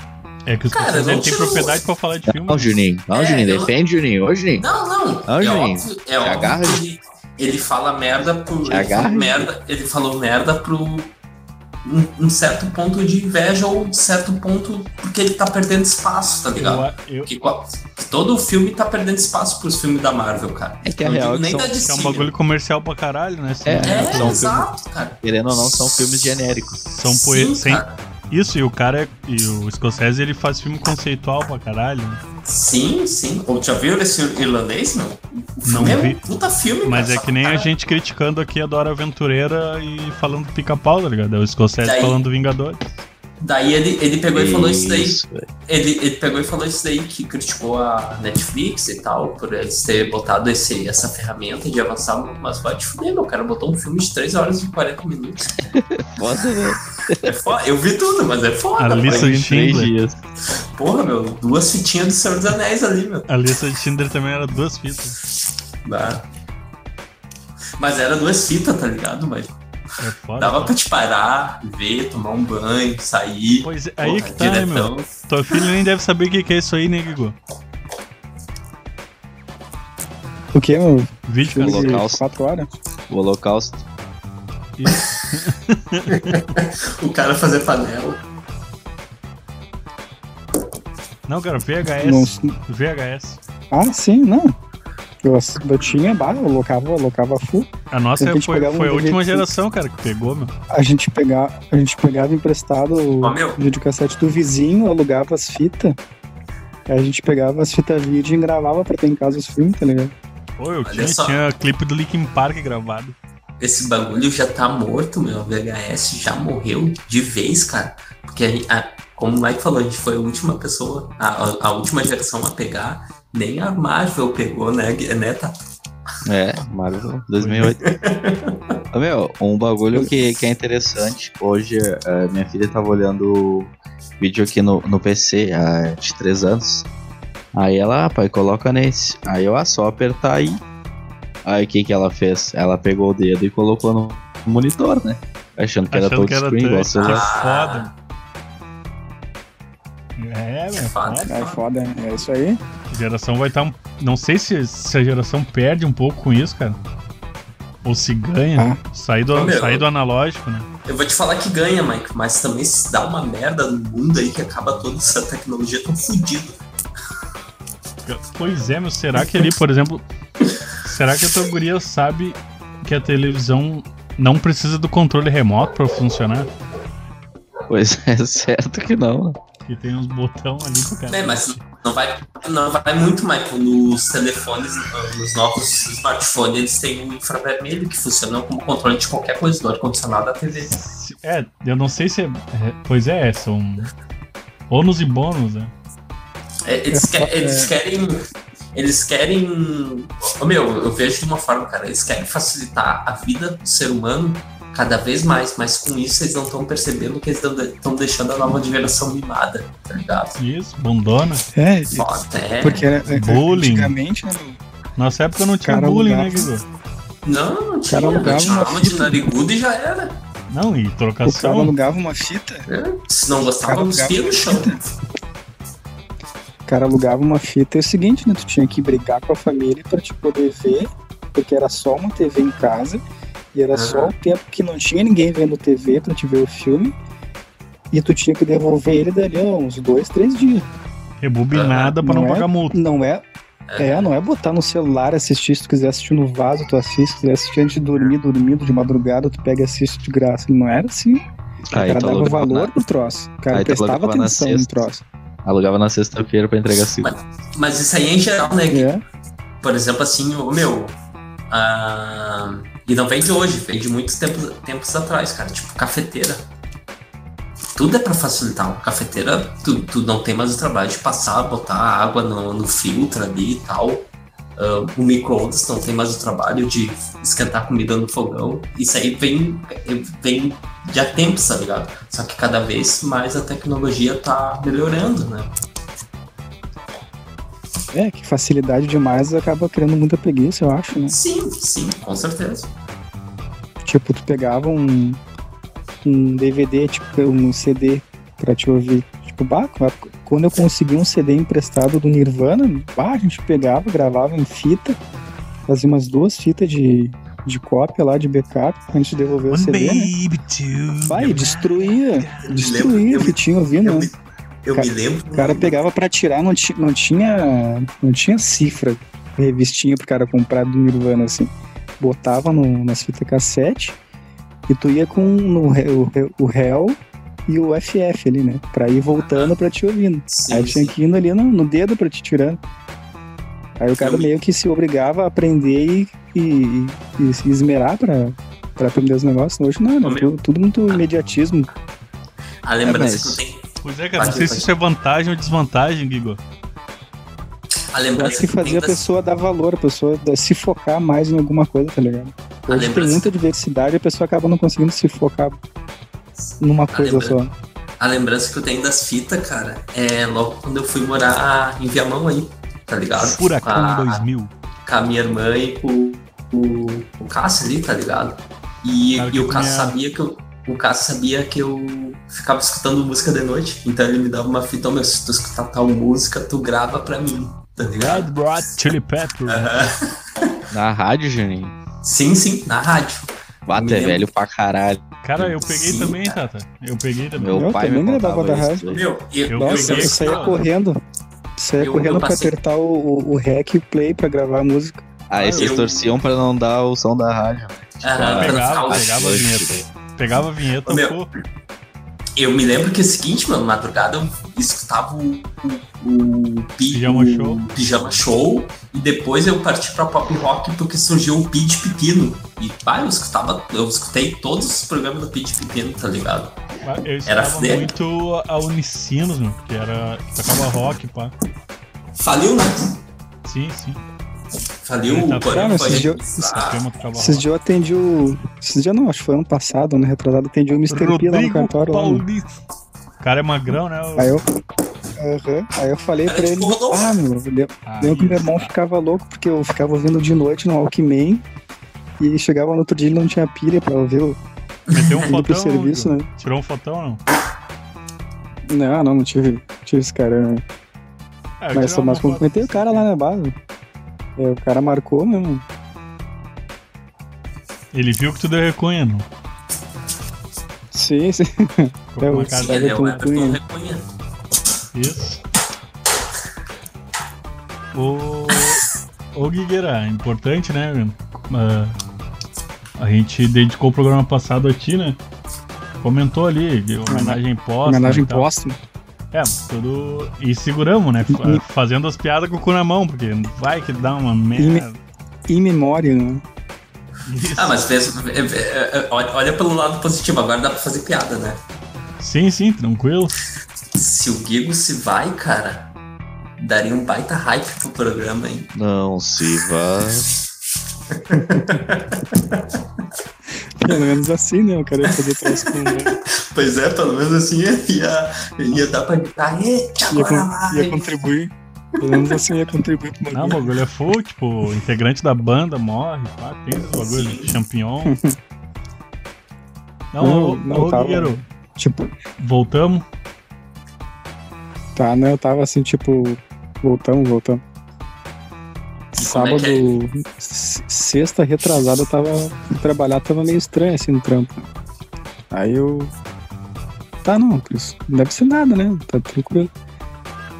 É que o
Cara,
Scorsese
não
ele tem
tirou-
propriedade pra falar de filme.
Não, Juninho. Não,
É,
Juninho.
eu-
Defende, Juninho. Ô, Juninho.
Não, não.
Ah,
é
Juninho,
óbvio, é óbvio
agarra,
que ele, ele fala merda por.
Te
Ele
agarra,
falou
Juninho.
merda, ele falou merda pro. Um, um certo ponto de inveja ou um certo ponto porque ele tá perdendo espaço, tá ligado?
Eu, eu,
Que, qua- que todo filme tá perdendo espaço pros filmes da Marvel, cara.
É que a
Não
real é
digo
que
nem
são-
da
que
DC.
é um bagulho comercial pra caralho, né? Assim,
É,
né?
É,
são filmes-
exato, cara.
Querendo ou não, são filmes genéricos.
São poe...
Sim,
sem...
cara.
Isso, e o cara é... E o Scorsese ele faz filme conceitual pra caralho. né?
Sim, sim. Ou já viram esse irlandês, meu? O
Não
filme é
vi.
um puta filme,
Mas
cara,
é
só
que nem a
cara-
gente criticando aqui a Dora Aventureira e falando do pica-pau, tá ligado? É o Scorsese
Daí-
falando do Vingadores.
Daí ele, ele pegou e falou isso daí.
velho.
Ele, ele pegou e falou isso daí, que criticou a Netflix e tal, por eles terem botado esse, essa ferramenta de avançar, mas vai te fuder, meu cara. Botou um filme de 3 horas e 40 minutos.
Foda, né? velho.
É foda. Eu vi tudo, mas é
A
foda.
lista de
Em três
Schindler.
dias.
pô. Porra, meu, duas fitinhas do Senhor dos Anéis ali, meu.
A lista de Schindler também era duas fitas.
Dá. Mas era duas fitas, tá ligado? Mas
É foda.
dava pra te parar, ver, tomar um banho, sair.
Pois é, aí
Porra,
que tá, né, meu.
diretão.
Tua filha nem deve saber o que, que é isso aí, né, Gigo?
O que, meu?
Vídeo
Filme
caseiro.
Holocausto.
de quatro horas?
O holocausto.
O cara fazer panela.
Não, cara, VHS.
Não,
VHS.
ah, sim, não. Eu, ass- eu tinha, bah, eu locava, eu locava full.
A nossa
Tem que
foi,
pegar um
foi a última
DVD.
geração, cara, que pegou, meu.
A gente, pega, a gente pegava emprestado
Ó,
o
meu.
videocassete do vizinho, alugava as fitas. Aí a gente pegava as fitas virgem e gravava pra ter em casa os filmes, tá ligado?
Pô, eu
Olha
tinha,
só.
tinha clipe do Linkin Park gravado.
Esse bagulho já tá morto, meu. A VHS já morreu de vez, cara. Porque, a gen- a- como o Mike falou, a gente foi a última pessoa, a, a- a última geração a pegar. Nem a Marvel pegou, né, Gu- né Tato?
É, Marvel 2008. Ô, Meu, um bagulho que, que é interessante. Hoje, eh, minha filha tava olhando vídeo aqui no, no PC há de 3 anos. Aí ela, ah, pai, coloca nesse. Aí eu, ah, só apertar aí. Aí o que que ela fez? Ela pegou o dedo e colocou no monitor, né? Achando que era
Achando que era
touchscreen, igual o
touch.
Ah.
celular.
foda. É, meu.
Foda.
foda.
É foda, né? é isso aí.
A geração vai estar. Não sei se, se a geração perde um pouco com isso, cara. Ou se ganha.
Ah.
Sair do,
Ô, meu.
sair do analógico, né?
Eu vou te falar que ganha, Mike, mas também se dá uma merda no mundo aí que acaba toda essa tecnologia tão fodida.
Pois é, meu. Será que ali, por exemplo. será que a tua guria sabe que a televisão não precisa do controle remoto pra funcionar?
Pois é, certo que não. né?
Que tem uns botão ali pro
É.
cara.
Né, mas não vai, não vai muito, Mike. Nos telefones, nos novos smartphones, eles têm um infravermelho que funciona como controle de qualquer coisa, do ar-condicionado à TV.
Se- É, eu não sei se é. é, Pois é, são. ônus e bônus, né?
É, eles, que-
É só-
eles querem. Eles querem. Ô, Meu, eu vejo de uma forma, cara. Eles querem facilitar a vida do ser humano cada vez mais, mas com isso eles não estão percebendo que eles estão deixando a nova geração mimada, tá ligado?
Isso, bondona.
É, e-
Foda, é.
porque era,
Bullying.
antigamente, né? meu?
Nossa época não tinha
Cara,
bullying,
lugar-
né, Guido?
Não, não tinha.
Cara, eu alugava
Continuava
uma
de
fita.
narigudo e já era.
Não, e
O cara
trocação.
alugava uma fita.
É, Se não
Cara,
gostava, cuspia no chão.
O cara alugava uma fita e é o seguinte, né? Tu tinha que brigar com a família pra te poder ver, porque era só uma TV em casa. E era só o tempo que não tinha ninguém vendo TV pra te ver o filme. E tu tinha que devolver ele dali a uns dois, três dias.
Rebobinada pra não
Não é?
pagar multa.
Não é. É, não é botar no celular, assistir. Se tu quiser assistir no vaso, tu assiste. Se quiser assistir antes de dormir, dormindo de madrugada, tu pega e assiste de graça. Não era assim. O
Aí
cara
tu
dava
alugava
valor
na,
pro troço. O cara
Aí tá tu
prestava
alugava na
atenção no
sexta.
troço.
alugava na sexta-feira pra entregar segunda.
Mas isso aí é em geral, né?
É.
Por exemplo, assim, o meu. ah, e não vem de hoje, vem de muitos tempos, tempos atrás, cara. Tipo, cafeteira. Tudo é pra facilitar. Cafeteira, tu, tu não tem mais o trabalho de passar, botar a água no, no filtro ali e tal. Ah, o micro-ondas não tem mais o trabalho de esquentar comida no fogão. Isso aí vem, vem de há tempos, tá ligado? Só que cada vez mais a tecnologia tá melhorando, né?
É, que facilidade demais acaba criando muita preguiça, eu acho, né?
Sim, sim, com certeza.
Tipo, tu pegava um, um DVD, tipo, um CD pra te ouvir. Tipo, bah, quando eu consegui um CD emprestado do Nirvana, bah, a gente pegava, gravava em fita, fazia umas duas fitas de, de cópia lá, de backup, pra gente devolver o CD, né?
two.
Vai, destruía,
lembro-
destruía
eu
o que tinha ouvindo,
eu
né?
Eu
Cara,
me lembro.
O cara pegava pra tirar, não, ti- não tinha. Não tinha cifra, revistinha pro cara comprar do Nirvana, assim. Botava no, nas fitas cassete e tu ia com no re- o, re- o réu e o FF ali, né? Pra ir voltando pra te ouvindo.
Sim,
Aí tinha
sim.
que ir indo ali no, no dedo pra te tirando. Aí o cara
Eu-
meio que se obrigava a aprender e, e, e se esmerar pra, pra aprender os negócios. Hoje não, né?
Ô, meu.
Tudo, tudo muito imediatismo.
A lembrança
É, mas-
que eu tenho.
Pois é, cara, não
Pode,
sei se
pode.
isso é vantagem ou desvantagem, Gigo.
A
Eu
lembrança
acho que
eu
fazia
tenho
a
das-
pessoa dar valor, a pessoa da- se focar mais em alguma coisa, tá ligado?
A
Hoje tem
lembrança-
muita diversidade e a pessoa acaba não conseguindo se focar numa coisa só.
A lembrança que eu tenho das fitas, cara, é logo quando eu fui morar em Viamão aí, tá ligado? Com a-
Furacão 2000.
com a minha irmã e com, com, com o Cássio ali, tá ligado? E,
Claro que
e o
tu
Cássio
tinha-
sabia que eu. O Cássio sabia que eu ficava escutando música de noite, então ele me dava uma fita, "Ô, meu, se tu escutar tal música, tu grava pra mim, tá ligado?
Red Brot Chili Pepper.
Aham.
Na rádio, Juninho.
Sim, sim, na rádio.
Bata é
lembro.
velho pra caralho.
Cara, eu peguei
Sim,
também,
cara.
Tata. Eu peguei também.
Meu
Eu
pai
também
me
gravava
contava
da
isso,
Meu, eu,
Eu
Nossa,
peguei
eu
esse
saía
cara.
correndo. Saía
Eu- eu
correndo pra
passei-
apertar o, o, o rec e o play pra gravar a música.
Aí vocês
eu-
torciam pra não dar o som da rádio.
Aham,
Cara,
pra ficar
Pegava,
o-
pegava a vinheta. Pegava a vinheta,
Meu.
pô.
Eu me lembro que é o seguinte, mano, madrugada eu escutava o, o, o pi-
Pijama
o
Show.
Pijama Show, e depois eu parti pra pop rock porque surgiu o Pit Pepino. E pai, eu escutava, eu escutei todos os programas do Pit Pepino, tá ligado?
Ah, Eu
Era
escutava
sério.
muito a Unicinos, meu, que era. que tocava rock, pá.
Faliu, né?
Sim, sim.
Ah. Faliu
Ele tá
o
Ah,
Porém
mas
foi.
esses dias-
O
Ah,
tema tocava
Esses
rock.
dias eu atendi o. Esses dias não, acho que foi ano passado, ano retrasado, atendi o Mr. P lá no
Rodrigo
cartório. Lá, no-
Paulista. O cara é magrão, né? o-
Aí eu. Aham. Aí eu falei
Era
pra ele.
tipo Rodolfo.
Ah, meu, ele-
Ah,
Lembro que um
isso,
meu irmão
cara.
ficava louco porque eu ficava ouvindo de noite no Walkman e chegava no outro dia e não tinha pilha pra ouvir o
Meteu um
indo pro
fotão.
serviço,
Igor?
né?
Tirou um fotão, não?
ah, Não, não, não tive, tive esse cara. Né?
Ah, eu tirava
Mas, mas
uma
como
foto.
comentei, o cara lá na base. É, o cara marcou mesmo.
Ele viu que tu deu reconha, não?
Sim, sim.
Ficou com uma
Eu-
cara
sim, ele é o
Everton
Everton
Cunha.
Recunha.
Isso. Ô, ô Guigueira, é importante, né, meu? Ah, a gente dedicou o programa passado a ti, né? Comentou ali, de homenagem posta. então.
Homenagem
e tal.
póstuma.
É, mas tudo. E seguramos, né? Fa- Fazendo as piadas com o cu na mão, porque vai que dá uma merda.
Em memória, né?
Isso.
Ah, mas pensa, é, é, é, olha olha pelo lado positivo, agora dá pra fazer piada, né?
Sim, sim, tranquilo.
Se o Gigo se vai, cara, daria um baita hype pro programa, hein?
Não se vá.
Pelo menos assim, né? O cara ia fazer troço com.
Pois é, pelo menos assim ia, ia, ia dar pra gritar, eita,
ia,
agora
con- ia
vai.
contribuir. Pelo menos você ia contribuir pro
Não, o
bagulho.
bagulho é full, tipo, o integrante da banda morre, pá, tem esse bagulho de champignon.
Não,
Não,
não,
ô, ô,
tá,
Guerreiro,
Tipo,
voltamos.
tá, né? Eu tava assim, tipo, voltamos, voltamos.
como é
Sábado,
que é?
s- sexta retrasada, eu tava. fui Trabalhar tava meio estranho assim no trampo. Aí eu. Tá, não, Cris. Não deve ser nada, né? Tá tranquilo.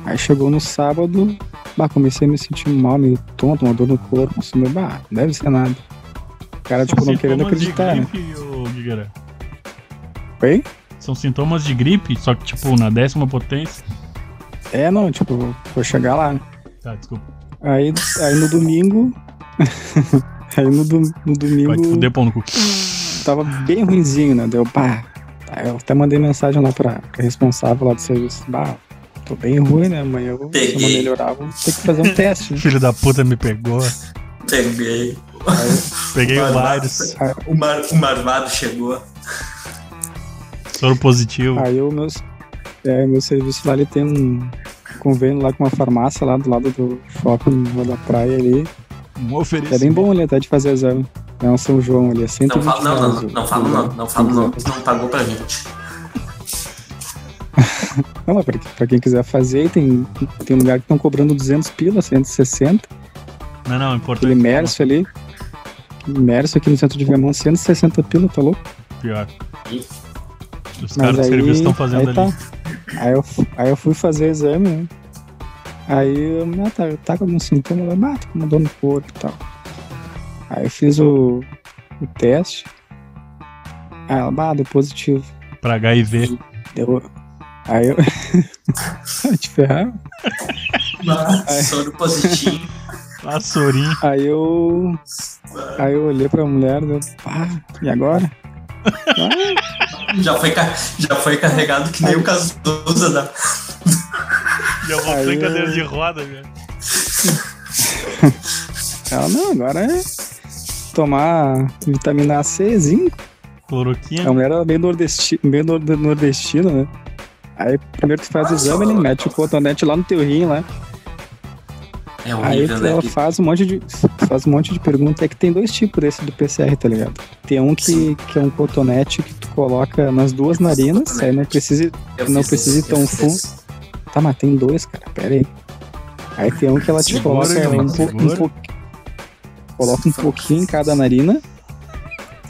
Aí chegou no sábado, bah, comecei a me sentir mal, meio tonto, uma dor no corpo, assim, meu, bah, não deve ser nada. O cara, tipo,
Assim
não querendo
sintomas de
acreditar, né?
gripe, ô, Guigueira.
Oi?
São sintomas de gripe, só que, tipo, na décima potência.
É, não, tipo, vou chegar lá. né?
Tá, desculpa.
Aí, aí no domingo. aí no, dom- no
Vai te
domingo
fuder, pão no cu.
tava bem ruimzinho, né? Deu pá. Aí eu até mandei mensagem lá pra, pra responsável lá do serviço. Bah, tô bem ruim, né? Amanhã eu vou se eu não
Peguei.
melhorar, vou ter que fazer um teste, né?
Filho da puta me pegou.
Peguei.
Aí,
Peguei o
Barbado.
Virus,
O, mar, o Marvado chegou.
soro positivo.
aí o meu, é, meu serviço lá ele tem um convênio lá com uma farmácia lá do lado do shopping lá da praia ali.
Um
É bem
oferecimento.
bom ali até de fazer exame. É um São João ali, é
Não
120
falo, não, não, não,
reais o-
não falo
o
não,
exame.
não falo não, tu não pagou pra gente.
Não, mas pra, pra quem quiser fazer, tem, tem um lugar que estão cobrando 200 pila, 160.
Não, não, é
Aquele
importante.
Mércio ali. Mércio aqui no centro de Viamão, 160 pila, tá louco?
Pior. Os
Mas
caras do
aí-
serviço estão fazendo
aí
ali.
tá. Aí eu, fu- aí eu fui fazer exame, né? Aí eu, ah, tá, eu tava com algum sintoma, eu ah, tô com uma dor no corpo e tal. Aí eu fiz o, o teste. Aí ela, ah, deu positivo.
Pra HIV.
Deu. Aí eu. Ai, te ferrar? Ai.
Soro positivo.
Ah, sorinho.
Aí eu. Aí eu olhei pra mulher, né? pá, e agora? Ah,
Já foi, ca- já foi carregado que nem o Cazuza né? da.
Já
Aí é-
voltou em
eu-
cadeira de roda, velho.
ela, não, agora é tomar vitamina C, zinco.
Cloroquina.
A mulher era meio, nordesti, meio nor- nordestina, né? Aí primeiro que faz o exame, ele mete o cotonete lá no teu rim, lá.
É
Aí
horrível,
tu-
né?
ela
Que-
faz um monte de. Faz um monte de pergunta. É que tem dois tipos desse do PCR, tá ligado? Tem um que,
Sim.
que é um cotonete que tu coloca nas duas narinas, aí não precisa
eu
não
fiz
precisa ir
isso,
tão
eu fiz
fundo.
isso.
Tá, mas tem dois, cara. Pera aí. Aí tem um que ela te
Segura,
coloca
João,
um, po-
segura.
um pouquinho. Coloca um pouquinho em cada narina.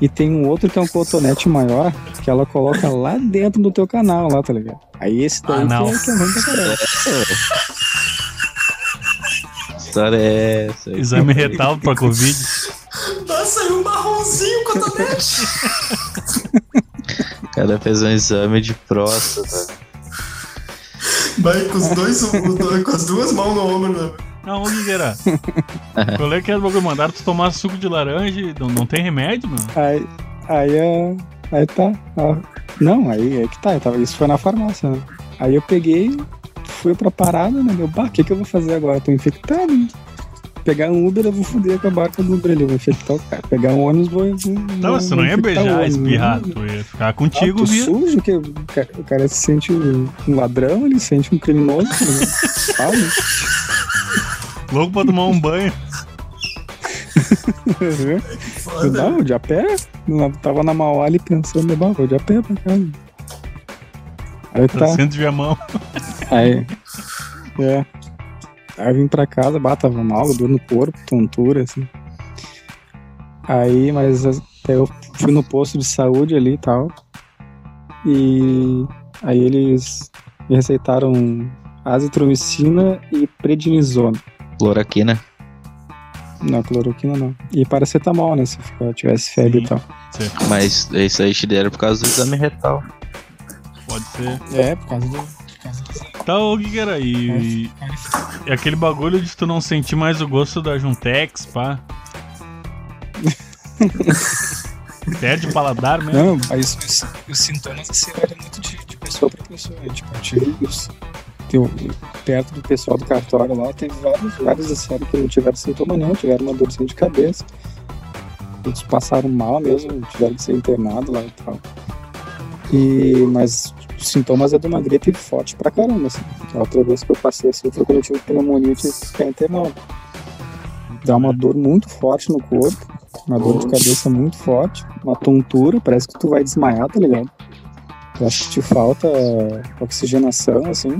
E tem um outro que é um cotonete maior, que ela coloca lá dentro do teu canal, lá, tá ligado? Aí esse daí que
Anal.
é, que é ruim pra caramba.
Que História é essa.
um
aí?
Exame retal pra Covid.
Nossa, saiu um marronzinho com a cotonete.
O cara fez um exame de próstata.
Vai com os dois, o- o- com as duas mãos no ombro, né?
Não, ô Guigueira. Qual é que é o bagulho? Mandaram tu tomar suco de laranja e não, não tem remédio, mano?
Aí, aí, é- aí tá. ó. Não, aí é que tá. eu tava- Isso foi na farmácia, né? Aí eu peguei, fui pra parada, né? Meu, bah, o que, que eu vou fazer agora? Eu tô infectado. né? Pegar um Uber, eu vou foder com a barca do Uber ali, eu vou infectar o cara. Pegar um ônibus, vou. vou-
Não,
vou-
você não
vou
ia
infectar o
beijar,
ônibus, né?
espirrar. Tu ia ficar
Ah,
contigo,
tu
viu?
sujo, que o cara, o cara se sente um um ladrão, ele se sente um criminoso. né? Sabe?
Louco pra tomar um banho.
né? Eu,
Foda.
não, eu de a pé. Eu tava na Mauá ali pensando, bah, vou de a pé pra casa. Aí
Tá.
tá.
Sendo de minha mão.
Aí. É. Aí eu vim pra casa, bah, tava mal, dor no corpo, tontura, assim. Aí, mas as- aí eu fui no posto de saúde ali e tal. E aí eles me receitaram azitromicina e prednisona.
Cloroquina.
Não, cloroquina não. E paracetamol, né? Se eu tivesse febre
Sim.
e tal.
Mas isso aí te deram por causa do exame retal.
Pode ser.
É, por causa do.
Tá, ô Guigueira, e, e- e aquele bagulho de tu não sentir mais o gosto da Juntex, pá. Perde o paladar mesmo.
Não, mas os, os sintomas assim variam muito de, de pessoa pra pessoa. né? Tipo, eu tive os- teu- um, perto do pessoal do cartório lá, teve vários, vários assim, que não tiveram sintoma nenhum, tiveram uma dorzinha de cabeça. Eles passaram mal mesmo, tiveram que ser internado lá e tal. E, mas os sintomas é de uma gripe forte pra caramba, assim. A outra vez que eu passei assim foi quando eu tive pneumonia de mal. Dá uma dor muito forte no corpo, uma dor de cabeça muito forte, uma tontura, parece que tu vai desmaiar, tá ligado? Eu acho que te falta oxigenação, assim.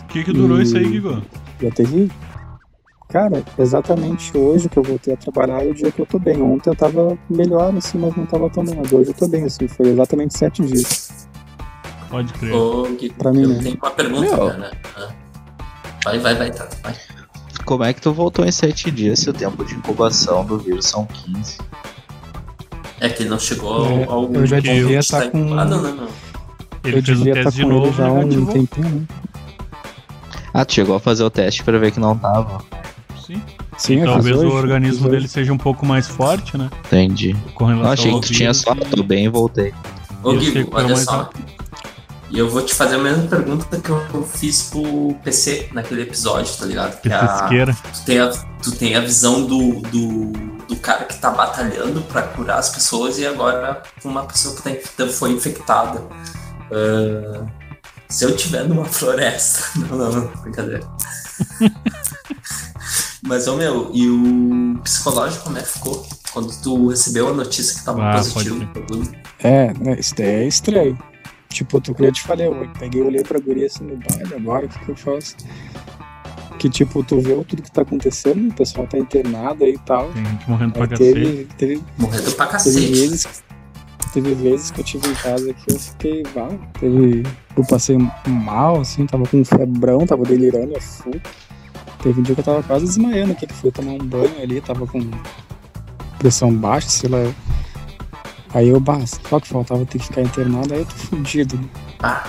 O que, que durou
E-
isso aí, Guigo?
Já teve. Cara, exatamente hoje que eu voltei a trabalhar, é o dia que eu tô bem. Ontem eu tava melhor, assim, mas não tava tão bem. Mas Hoje eu tô bem, assim. Foi exatamente sete dias.
Pode crer.
Ô, Gui,
Pra mim,
eu
né?
tenho uma pergunta,
Meu.
cara. Ah. Vai, vai, vai, Tato, vai.
Como é que tu voltou em 7 dias se o tempo de incubação do vírus são 15?
É que ele não chegou ao,
É,
ao
eu já
ao-
devia
está
tá com-
incubado, né, meu?
Ele
eu
fez o
devia
teste
tá
de
com ele
novo
já há um
negativou.
tempinho, né?
Ah, tu chegou a fazer o teste pra ver que não tava.
Sim.
Sim, eu
Talvez
fiz hoje,
o organismo
fiz hoje.
dele seja um pouco mais forte, né?
Entendi.
Com relação
Eu achei
ao
que tu tinha
vírus.
só, tô bem e voltei.
Ô,
Ele
Gui,
recupera
olha
mais
só. E eu vou te fazer a mesma pergunta que eu fiz pro PC naquele episódio, tá ligado?
Que
é
Ah.
a-
fisqueira.
tu tem a, tu tem a visão do, do, do cara que tá batalhando pra curar as pessoas e agora uma pessoa que tá, infecta- foi infectada. Ah, se eu tiver numa floresta. Não, não, não, brincadeira. Mas, ô meu, e o psicológico, como é que ficou? Quando tu recebeu a notícia que tava
Ah,
positivo,
É, né, isso daí é estranho. Tipo, tu que eu te falei, eu peguei, olhei pra guria assim no baile agora, o que, que eu faço? Que tipo, tu vê tudo que tá acontecendo, o pessoal tá internado aí e tal.
Tem gente morrendo pra
Aí
cacete.
teve, teve
morrendo pra
Teve
cacete.
vezes, teve vezes que eu tive em casa que eu fiquei mal. Teve, eu passei mal, assim, tava com febrão, tava delirando, é full. Teve um dia que eu tava quase desmaiando, que foi tomar um banho ali, tava com pressão baixa, sei lá. Aí eu, bah, só que faltava ter que ficar internado, aí eu tô fudido. né?
Ah.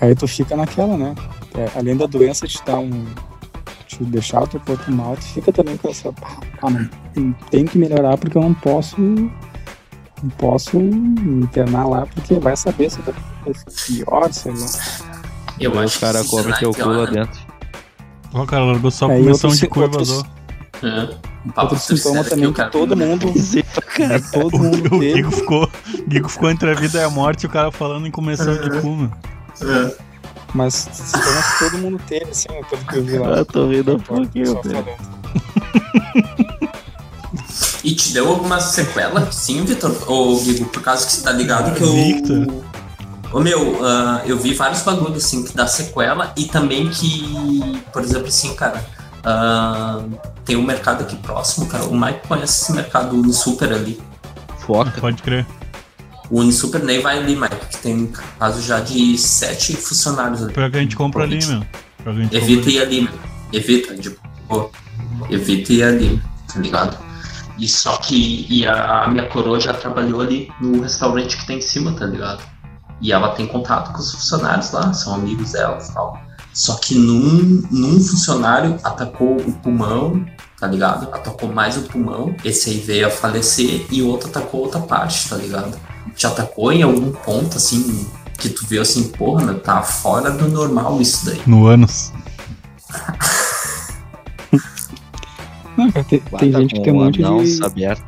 Aí tu fica naquela, né? É, além da doença te dar um. te deixar o teu corpo mal, tu fica também com essa. pá, Ah, não, tem- tem que melhorar porque eu não posso. Não posso me internar lá porque vai saber se tá pior, sei lá.
Eu
Aí
acho
o cara
que
come
será
teu
que,
cu lá
ó, né?
dentro.
Ó, o cara largou só
Aí
com menção
É, outro
de
se-
cu e
outro
vazou.
É. Um papo
Outro sintoma
sério
também
o cara-
que todo
né?
mundo. Todo mundo
O
teve.
Guigo ficou, Guigo ficou entre a vida e a morte, o cara falando em começando de cu, mano.
É.
Mas sintoma que todo mundo teve, assim, pelo que eu vi lá.
Eu tô rindo um pouquinho,
Só
velho.
falando.
E te deu alguma sequela? Sim, Vitor? Ou, Guigo, por causa que você tá ligado que eu.
Victor.
Ô meu, ah, eu vi vários bagulhos assim que dá sequela e também que, por exemplo, assim, cara, ah, tem um mercado aqui próximo, cara. O Mike conhece esse mercado Unisuper ali.
Foca.
Pode crer.
O Unisuper nem vai ali, Mike, que tem caso já de sete funcionários ali.
Pior que a gente compra ali, meu. Pior que a gente
Evita
compra
ir ali, meu. evita, de boa. Evita ir ali, tá ligado? E só que e a, a minha coroa já trabalhou ali no restaurante que tem em cima, tá ligado? E ela tem contato com os funcionários lá, são amigos dela e tal. Só que num, num funcionário atacou o pulmão, tá ligado? Atacou mais o pulmão, esse aí veio a falecer e o outro atacou outra parte, tá ligado? Te atacou em algum ponto, assim, que tu viu assim, porra, meu, tá fora do normal isso daí.
No ânus.
Não, cara, tem, tem
Bata
gente que
tá com
tem um
o
monte
anão
de.
aberto.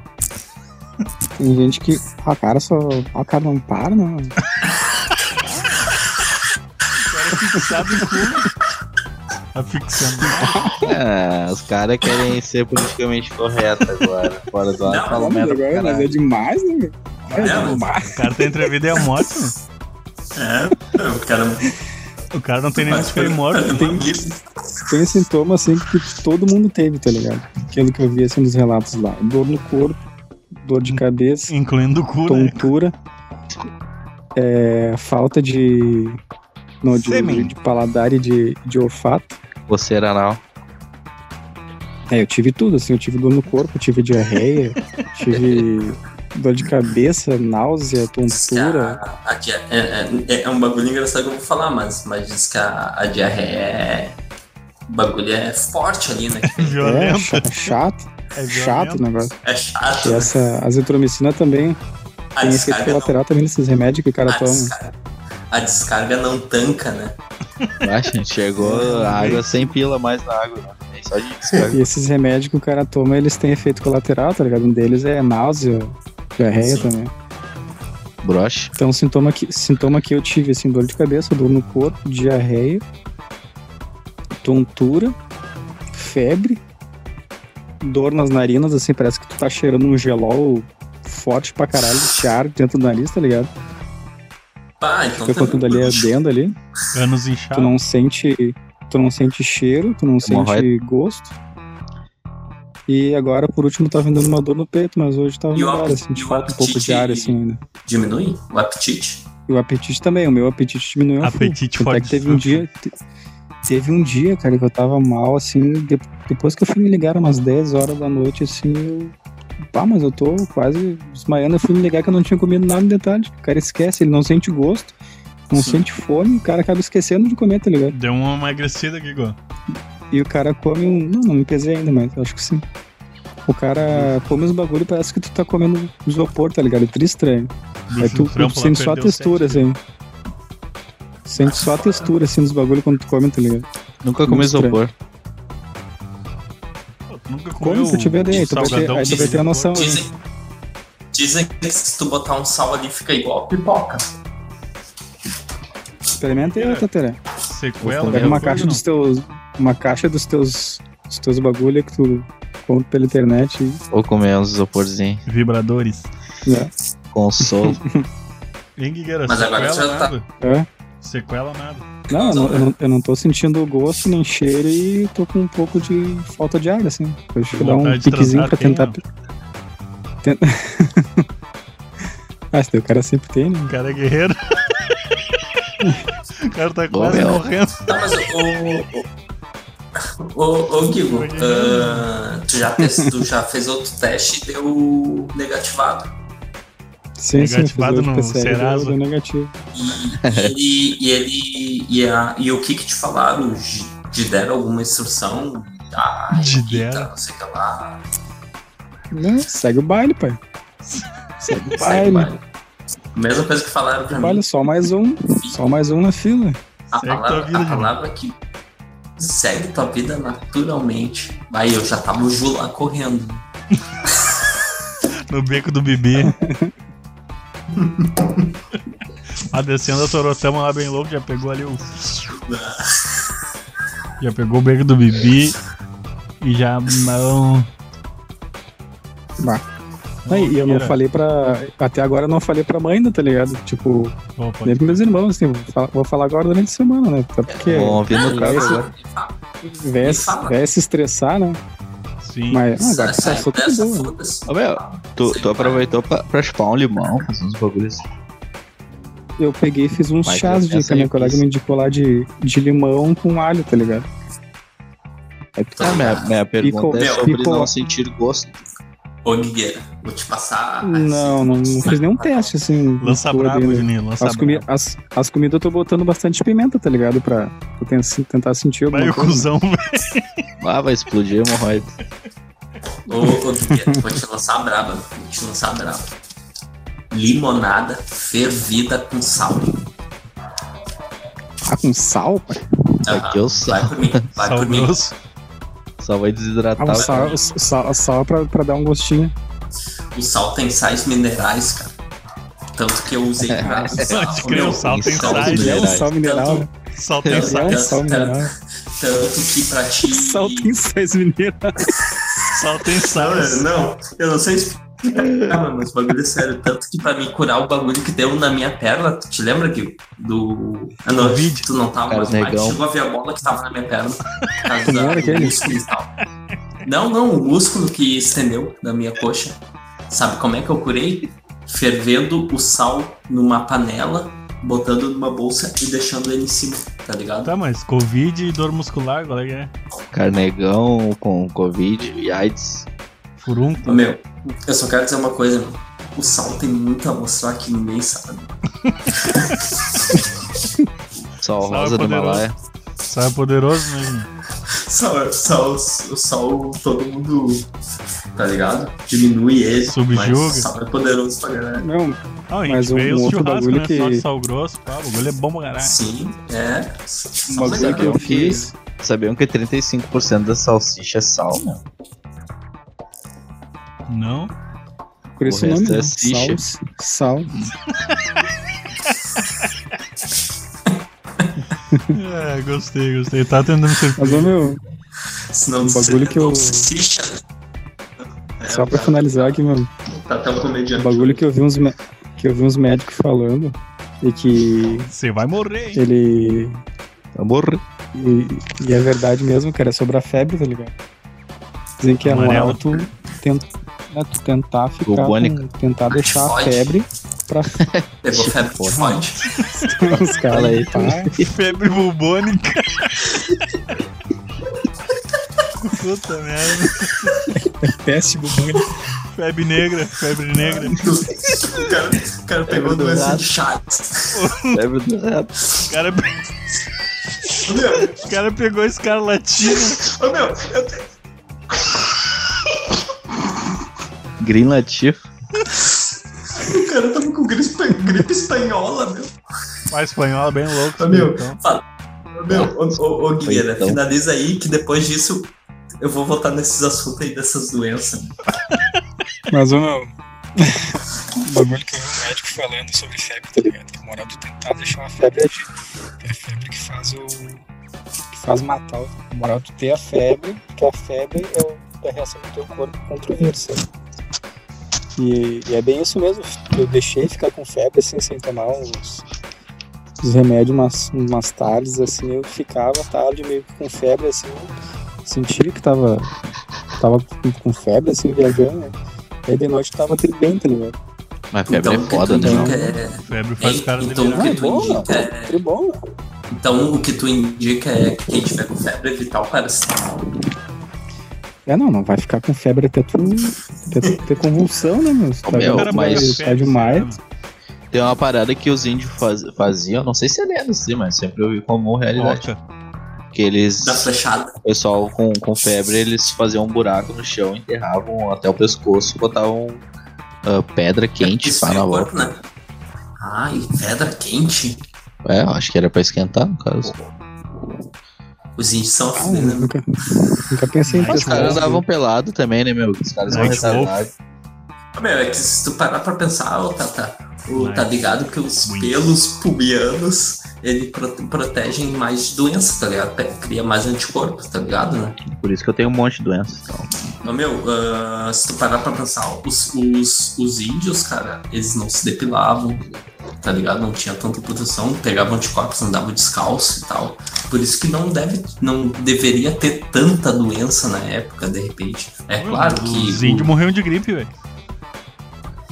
Tem gente que. A cara só. A cara não para, né?
Afixando.
Ah, os caras querem ser politicamente corretos agora. Fora do
Não,
ar, fala
Mas
merda pra
agora, mas é
caralho.
demais, né? velho? É,
Não, mas-
demais.
O cara tá entre a vida e a morte, mano.
É, o cara
O cara não tem nem
Mas-
os primórdios.
Tem sintoma assim que todo mundo teve, tá ligado? Aquilo que eu vi assim nos relatos lá. Dor no corpo, dor de cabeça,
Incluindo o cu, né?
tontura, é, falta de. Não, de,
Sêmen.
de, de paladar e de, de olfato.
Coceira anal.
É, eu tive tudo, assim, eu tive dor no corpo, tive diarreia, tive dor de cabeça, náusea, tontura.
A, a dia- é, é- é um bagulho engraçado que eu vou falar, mas, mas diz que a, a diarreia é. O bagulho é forte ali, né?
É,
Violento.
cha- chato,
É
chato
violento.
o negócio.
É chato.
E
né?
essa azitromicina também
A
tem efeito
descarga, não,
colateral também nesses remédios que o cara
a,
toma.
descarga, a descarga não tanca, né?
Baixa, chegou a
é
água sem pila mais na água. Né? É Só de descarga.
E esses remédios que o cara toma, eles têm efeito colateral, tá ligado? Um deles é náusea, diarreia
Sim.
também.
broche.
Então, sintoma que, sintoma que eu tive, assim, dor de cabeça, dor no corpo, diarreia, tontura, febre, dor nas narinas, assim, parece que tu tá cheirando um gelol forte pra caralho, de ar dentro do nariz, tá ligado?
Pá, então
Fica com aquilo ali ardendo ali,
Canos
tu
inchados.
não sente, tu não sente cheiro, tu não sente
Hemorroida.
gosto. E agora, por último, tava dando uma dor no peito, mas hoje tava
E o
melhor,
ap-
assim,
e
te
o
falta um pouco de
apetite-
ar, assim, ainda.
diminui o apetite.
E o apetite também, o meu apetite diminuiu. a full.
Apetite
Tanto é
forte.
que teve um dia. te- Teve um dia, cara, que eu tava mal, assim, de- depois que eu fui me ligar umas 10 horas da noite, assim, eu. Pá, mas eu tô quase desmaiando. Eu fui me ligar que eu não tinha comido nada de tarde. O cara esquece, ele não sente gosto, não
Sim.
sente fome, o cara acaba esquecendo de comer, tá ligado?
Deu uma emagrecida aqui, Gó.
E o cara come um. Não, não me pesei ainda, mas eu acho que sim. O cara come uns bagulho e parece que tu tá comendo isopor, tá ligado? É tri estranho. Aí tu,
Fran
tu
Uhum. lá
sente só a
perdeu sete
textura, assim. Sente só a textura, assim, dos bagulhos quando tu come, tá ligado?
Nunca comi
Mistura.
isopor.
quilos. Pô, tu nunca
Como
comeu
se tiver daí,
um
tu vai ter-
salgadão
aí
de
tu vai
ter a noção. Sim.
Dizem, dizem que se tu botar um sal ali fica igual pipoca.
Experimenta aí,
É.
Tateré.
Sequela.
Pega uma
mesma
caixa
coisa,
dos teus. Uma caixa dos teus. Dos teus bagulhos que tu compra pela internet e.
Ou comer uns isoporzinhos.
não. Vibradores.
né?
Consolo.
Hein, Guigueira?
Mas agora
sequela
já tá-
nada.
É.
Sequela nada.
Não, eu não, eu não, eu não tô sentindo gosto nem cheiro e tô com um pouco de falta de ar, assim. Deixa eu dar um
Vontade de
piquezinho
transar, né? tem,
pra tentar.
não?
Ten- ah, esse teu cara sempre tem, né?
O cara é guerreiro. o cara tá quase
meu.
morrendo.
Tá, mas o. Ô, ô, ô Guigo, ah, tu, já test- tu já fez outro teste e deu negativado.
Sim, sim, fiz
Negativado
hoje
no
PCR, deu-
Serasa.
deu é negativo. É.
E, e ele. E, a- e o que que te falaram? Te te deram alguma instrução? Ah,
Te
eita,
deram.
Não sei o que lá.
Né? Segue o baile, pai. Segue o
Sei
baile.
lá. Mesma coisa que falaram pra
Olha,
mim.
só mais um. Só mais um na fila.
A
Segue tua
palavra,
vida,
a
João.
palavra que segue tua vida naturalmente. Aí eu já tava ju lá correndo.
No beco do bebê. A Tá descendo a Torotama lá bem louco, já pegou ali o. Já pegou o beco do Bibi e já não.
Bah. Aí, e eu não
Guigueira.
falei pra. Até agora eu não falei pra mãe ainda, tá ligado? Tipo,
Ó, pode-
nem pros meus irmãos, assim. Vou falar, vou falar agora durante a semana, né? Até porque
Vão ouvir no né?
Cara,
carro
esse-
agora.
vai se-
fala.
vai se estressar, né?
Sim.
Mas, ah, agora
Sai
passou tudo
dessa,
bem, né?
foda-se.
Ô, meu, Tu, tu aproveitou pra, pra chupar um limão, fazer uns bagulhos.
Eu peguei e fiz uns
Mas
chás
eu-
de.
essa
Que
aí
minha
eu
colega
fiz.
me indicou lá de, de limão com alho, tá ligado?
É porque
Ah,
a minha, minha pergunta
Pico-
é
Meu,
sobre
pico-
não sentir gosto.
Ô, Guigueira, vou te passar. a
Não, não, não fiz nenhum teste, assim.
Lança
por
brabo,
dentro.
Juninho. Lança
As, comi
brabo.
as, as comidas eu tô botando bastante pimenta, tá ligado? Pra, pra ten- se- tentar sentir alguma
Vai o
coisa.
cuzão, velho.
Ah, vai explodir a hemorroida.
Ô, ô Guigueira, vou te lançar a braba. Vou te lançar a braba. Limonada fervida com sal.
Ah, com sal? pai?
Aham,
Aqui eu sal.
Vai por mim, vai
Sal
por mim.
grosso.
Só vai
Ah,
desidratar.
um
o-
sal, o sal, o sal pra, pra dar um gostinho.
O sal tem sais minerais, cara. Tanto que eu usei pra.
Pode crer, o sal tem
Tá,
sal
sais.
Ele é um
minerais.
sal mineral, né?
Sal tem
Ele é um
sais.
sal mineral.
Tanto que pra ti.
Sal tem sais mineral.
Sal tem
Não, eu-
sais.
não, eu não sei explicar, mas o bagulho é sério. Tanto que pra me curar o bagulho que deu na minha perna, tu te lembra que do. Ah, não,
Covid?
tu não tava mais, mas
Carnegão.
chegou a ver a bola que tava na minha perna. por causa
Tu
da-
mora
do
aquele?
músculo e tal. Não, não, o músculo que estendeu da minha coxa. Sabe como é que eu curei? Fervendo o sal numa panela, botando numa bolsa e deixando ele em cima, tá ligado?
Tá, mas Covid e dor muscular, qual é que é?
Carnegão com Covid e AIDS.
Furúnculo.
Ô, Meu, eu só quero dizer uma coisa, meu. O sal tem muito a mostrar que ninguém sabe.
Sal
Sal é
rosa do
poderoso.
Himalaia.
Sal é poderoso, né, Juninho?
Só, só, só o- todo mundo, tá ligado? Diminui ele.
Subjuga.
Mas sal é poderoso pra galera.
Não,
Ah, a
Mas
gente
um-
veio
um
os
outro
churrascos,
bagulho
né?
que-
Só de sal grosso, pá, o bagulho é bom pra caralho.
Sim, é. Só
um bagulho
melhor.
que eu
que-
fiz.
Sabiam que 35% da salsicha é sal, né?
Não?
Por isso
O
o nome
resto é
né?
Sisha.
Sals. Sals.
É, gostei, gostei. Tá tentando me
Mas,
surpreender.
ô, meu,
Senão
Um bagulho que eu-
Salsicha. É,
só
um
pra
tá-
finalizar aqui, mano.
Tá até um
O
comediante.
bagulho que eu vi uns, mé- que eu vi uns médicos falando e que
Você vai morrer, hein?
ele.
Amor.
E, e é verdade mesmo, cara, é sobre a febre, tá ligado? Dizem que é
Amarela.
alto tent- é, tu tentar ficar.
Bubônica.
com- tentar deixar a
Tifoide.
febre pra
Levou febre
Porra.
tifoide.
os caras.
Fala aí,
tá?
Febre bubônica. Puta merda.
Peste bubônica.
Febre negra, febre negra.
o, cara, o cara pegou a doença de Chagas.
Hum.
Febre do rato.
O cara,
Ô, meu,
o cara pegou esse cara latino.
ô, meu, eu tenho-
Green Latif.
o um cara tava com gripe, espan- gripe espanhola, meu.
Uma espanhola bem louco.
Ô, meu,
então.
fala. Ô, meu, ô, ô, ô Guilherme,
Então.
finaliza aí que depois disso eu vou voltar nesses assuntos aí dessas doenças.
Mas o meu. O bagulho que eu vi um médico falando sobre febre, tá ligado? Que a moral do tentar deixar uma febre é de- é a febre que faz o. que faz matar. o- A moral do ter a febre, porque a febre é o- a reação do teu corpo contra o vírus, sabe? E, e é bem isso mesmo. Eu deixei ficar com febre, assim, sem tomar uns. Os remédios, umas, umas tardes, assim, eu ficava tarde meio que com febre, assim, eu sentia que tava, tava com- com febre, assim, viajando, né? Aí de noite tava tudo bem, tá ligado?
Mas
Então,
febre
o
é
que
foda,
tu
né?
indica
mano?
é-
Febre faz o cara
Então,
delirar.
o que
Ah, é
tu
bom,
indica é-
Que bom.
Então, o que tu indica é que quem tiver com febre evitar o paracetamol.
É, não, não vai ficar com febre até tu, até tu ter convulsão, né, meu? Se
Ô, meu,
O cara
mas-
pega
tá, tá
febre, né?
demais.
sabe?
Tem uma parada que os índios faz- faziam, não sei se é lenda assim, mas sempre eu vi como
É
realidade.
Toca.
Que eles,
Da flechada.
o pessoal com, com febre, eles faziam um buraco no chão, enterravam até o pescoço, botavam ah, pedra quente
Isso
pá,
é
na
o
volta.
corpo, né? Ai, pedra quente.
É, eu acho que era pra esquentar, no caso.
Os índios são
Ah,
foda,
eu
né?
nunca, nunca pensei
Mas os
nisso.
caras
né?
andavam pelado também, né, meu? Os caras eram
Night
tipo,
Wolf.
retardados.
Meu, é que se tu parar pra pensar, ô, Tata, ô,
Mas-
tá ligado que os
Muito.
pelos pubianos ele pro- protegem mais de doença, tá ligado? Pe- Cria mais anticorpo, tá ligado, né?
Por isso que eu tenho um monte de doença. Então.
Ô, meu, ah, se tu parar pra pensar, os, os, os índios, cara, eles não se depilavam, tá ligado? Não tinha tanta proteção, pegavam anticorpos, andavam descalço e tal. Por isso que não deve, não deveria ter tanta doença na época, de repente. É claro que.
Os
o-
índios morriam de gripe, velho.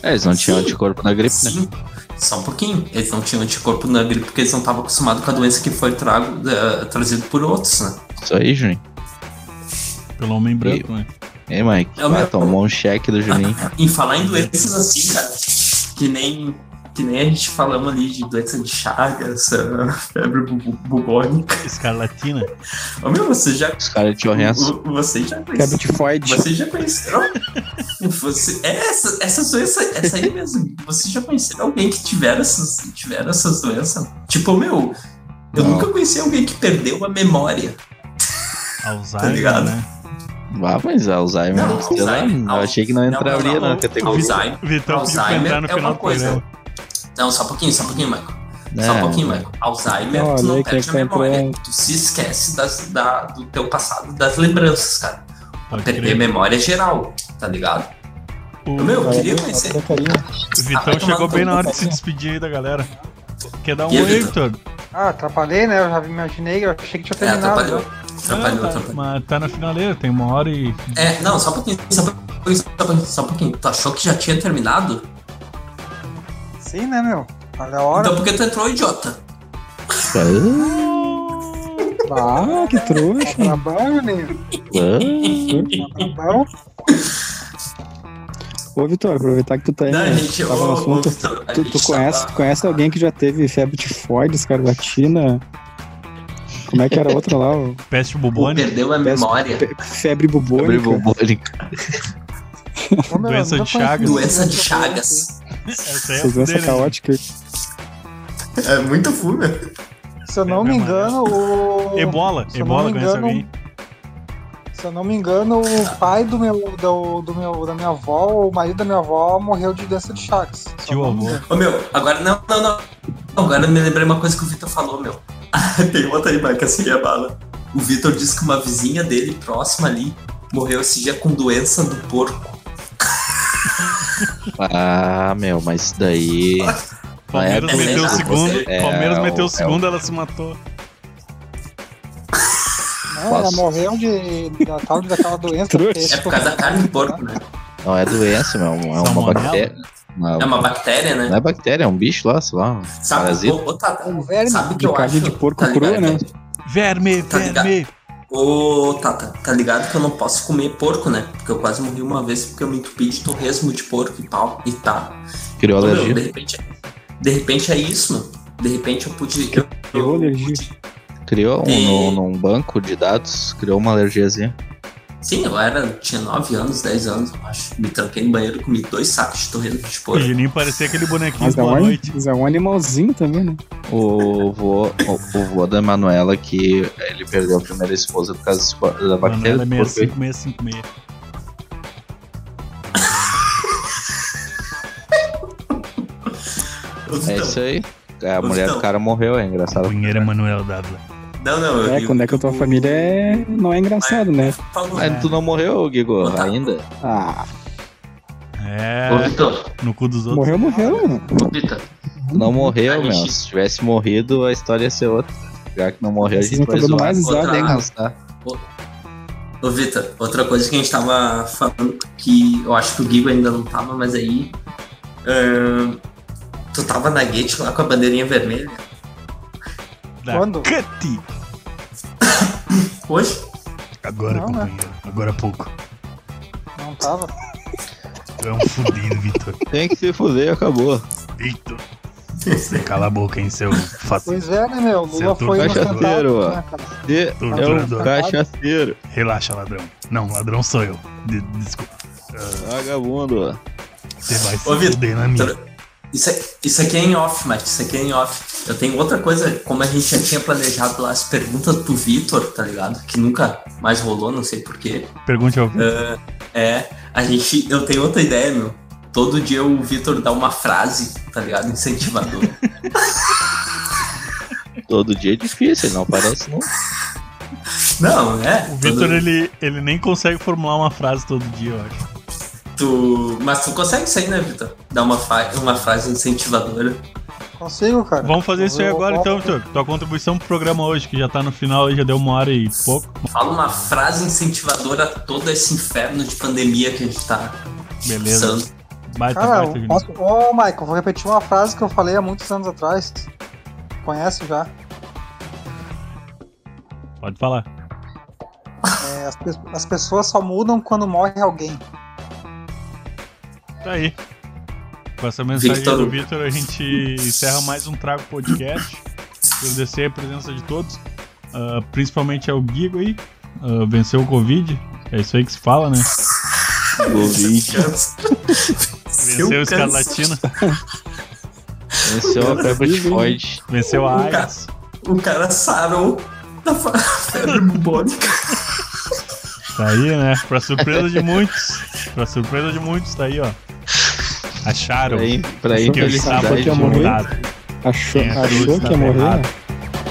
É, eles não tinham
Sim.
anticorpo na gripe, né?
Sim, só um pouquinho. Eles não tinham anticorpo na gripe porque eles não estavam acostumados com a doença que foi trago, eh, trazido por outros, né?
Isso aí, Juninho.
Pelo homem branco, né?
Ei, Mike,
É o
vai
meu-
tomar um cheque do Juninho.
Em falar em doenças assim, cara, que nem, que nem a gente falamos ali de doença de Chagas, eh, febre bu- bu- bubônica.
Escarlatina.
Ô meu, você já.
Os caras de Orrenço.
o- Você já
Febre
conheceu.
tifoide.
Você já conheceu? Você, é, essa, essas doenças, essa aí mesmo. Você já conheceu alguém que tiveram essas, tiveram essas doenças? Tipo, meu, eu
Não.
nunca conheci alguém que perdeu a memória.
Alzheimer,
Tá ligado?
né?
Ah, mas Alzheimer.
Não,
sei lá,
Alzheimer,
eu achei que não
Não, não,
entraria
não,
na
não.
categoria.
Alzheimer.
Vitão pediu pra
Alzheimer
entrar no
é
final
uma
do
coisa.
programa.
Não, só um pouquinho, só um pouquinho, Michael. Só um
É.
pouquinho, Michael. Alzheimer, tu
Né? Olha
não
aí quem
perde a
tá
memória.
entrando.
Tu se esquece das, da- do teu passado, das lembranças, cara.
Pode
Perder a
crer.
memória geral, tá ligado?
O
Meu, eu
Vai,
queria
vai,
conhecer.
vai, carinho.
Ah, vai
Vitão chegou
tomar no
bem
cu,
na hora de se
Vitinho.
despedir aí da galera. Quer dar um
E aí,
oi, Vitor?
Vitor?
Ah, atrapalhei, né? Eu já imaginei, eu achei que tinha
É,
terminado.
atrapalhou. Atrapalhou,
Ah, tá,
atrapalhou.
Mas tá na finaleira, tem uma hora e.
É, não, só um pouquinho, só um pouquinho, só um pouquinho, só um pouquinho. Tu achou que já tinha terminado?
Sim, né, meu? Olha a hora.
Então por que tu entrou, idiota?
Ah, que trouxa.
Trabalho, né? Trabalho.
Ô, Vitor, aproveitar que tu tá aí, né? tava no assunto.
Vitor, a
Tu,
gente
tu conhece,
tava-
tu conhece alguém que já teve febre tifoide, escarlatina? Como é que era a outra lá? o-
Peste
Pô,
bubônica.
Perdeu a
Peço-
memória.
Fe- Febre
Febre
bubônica.
bubônica.
Ô, meu,
Doença
nunca
de
conheci
Chagas.
Doença
ninguém
de
que
Chagas.
Essa é a
Essa doença
fudeira, né?
caótica.
É muito fuga.
né? eu conheci. Se eu não me engano, o.
Ebola.
Se eu não
Ebola,
me
conhece
engano,
alguém?
Se Se eu não me engano, o pai do meu, do, do meu, da minha avó, ou o marido da minha avó, morreu de doença de Chagas. Só
Tio
pra
avô.
dizer.
Ô meu, agora não, não, não. Agora eu me lembrei uma coisa que o Vitor falou, meu. Tem outra aí, mano, que assim é bala. O Vitor disse que uma vizinha dele, próxima ali, morreu esse dia com doença do porco.
Ah, meu, mas isso daí.
Palmeiras
É,
meteu o
é,
segundo,
é,
Palmeiras
é,
meteu
é,
o segundo, ela se matou.
Não, ela
Posso?
morreu de, da tal daquela doença.
Trouxe.
porque
É
esse
por causa da carne de porco, né?
Não é doença, meu. É uma
Salmonella?
bactéria. Uma-
É uma bactéria, né?
Não é bactéria, é um bicho lá, sei lá.
Sabe,
Parasita.
ô, ô, Tata,
Um verme
sabe o que eu
carne
acho?
de porco
tá ligado?
crua, né?
Verme,
Tá ligado?
verme.
Ô, Tata, tá ligado que eu não posso comer porco, né? Porque eu quase morri uma vez porque eu me entupi de torresmo de porco e pau e tal.
Criou
Então, meu,
alergia.
de repente, de repente é isso, mano. De repente eu pude. Eu,
Criou
eu
alergia.
pude-
Criou um,
E-
num- num banco de dados, criou uma alergiazinha.
Sim, eu era. eu Tinha 9 anos, 10 anos, eu acho. Me tranquei no banheiro, comi dois sacos de torresmo de
O
porco.
Juninho parecia aquele bonequinho
Mas é,
boa
um,
noite.
mas é um animalzinho também, né?
O vô, o, o vô da Manuela, que ele perdeu a primeira esposa por causa desse po- da bactéria.
Manuela
porque-
65656.
Ô,
É
Vitão,
isso aí. A
Ô,
mulher
Vitão.
do cara morreu, é engraçado.
Punheira Manuel Dávila.
Não, não, eu-
É, quando é que a tua
eu-
família é... não é engraçado, né?
Falou.
Mas tu não morreu, Guigo,
Tá.
ainda?
Ah,
Ô,
É,
Vitor,
no cu dos outros.
morreu, morreu. né?
ô, Vitor.
Tu não morreu,
Ai,
meu.
gente.
Se tivesse morrido, a história ia ser outra. Já que não morreu, a
Vocês
gente
não
vai
tão dando
zoar.
mais
Vou
risada,
até
hein?
cansar.
Ô, Vitor, outra coisa que a gente tava falando, que eu acho que o Guigo ainda não tava, mas aí. ahn, tu tava na gate lá com a bandeirinha vermelha.
Da
Quando?
Cati.
Hoje?
Agora,
Não, né?
companheiro. Agora há pouco.
Não tava.
Tu é um fudido, Vitor.
Tem que se fuder, acabou.
Vitor. Cala a boca, hein, seu fato.
Pois é, né, meu? Lula
Sentou
foi
no
inocentado.
cadeiro,
né, cara?
De... É um
Torturador.
cachaceiro,
Relaxa, ladrão. Não, ladrão sou eu. De- desculpa.
vagabundo.
Você vai
Ô,
se
Vitor,
fuder na minha.
Isso, é- isso aqui é em off, Mate. Isso aqui é em off. Eu tenho outra coisa, como a gente já tinha planejado lá as perguntas pro Vitor, tá ligado? Que nunca mais rolou, não sei porquê.
Pergunte ao Vitor.
É, a gente. Eu tenho outra ideia, meu. Todo dia o Vitor dá uma frase, tá ligado? Incentivadora.
Todo dia é difícil, não parece não.
Não, é.
O
todo-
Vitor, ele, ele nem consegue formular uma frase todo dia, eu acho.
Tu... Mas tu consegue isso aí, né, Vitor? Dar uma, fa- uma frase incentivadora.
Consigo, cara.
Vamos fazer isso aí
Eu-
agora,
eu-
então, Vitor. Tua contribuição pro programa hoje, que já tá no final, aí já deu uma hora e pouco.
Fala uma frase incentivadora a todo esse inferno de pandemia que a gente tá
Beleza.
passando.
Baita,
Cara,
baita,
eu
Juninho.
posso... Ô, Michael, vou repetir uma frase que eu falei há muitos anos atrás. Conhece já?
Pode falar.
É, as, pe- as pessoas só mudam quando morre alguém.
Tá aí. Com essa mensagem
Victor.
do Vitor, a gente encerra mais um Trago Podcast. Agradecer a presença de todos, ah, principalmente ao Guigo aí, ah, venceu o Covid. É isso aí que se fala, né?
Covid.
Seu
Venceu o
câncer.
Escarlatina,
Esse é o febre tifoide.
venceu a AIDS.
O cara sarou da fa- febre bubônica.
Tá aí, né? Pra surpresa de muitos. Pra surpresa de muitos, tá aí, ó. Acharam
Pra, in- pra
é que eu estava
infelicidade
aqui
de
a
muitos.
morrer.
Achou,
É,
achou que
tava
ia morrer?
errado.
né?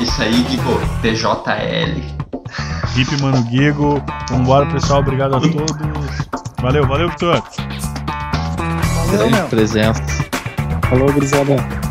Isso aí, Guigo. TJL.
Hip Mano Guigo. Vambora, pessoal. Obrigado a todos. Valeu, valeu, Vitor.
Valeu, meu.
Grande presença.
Falou, gurizada.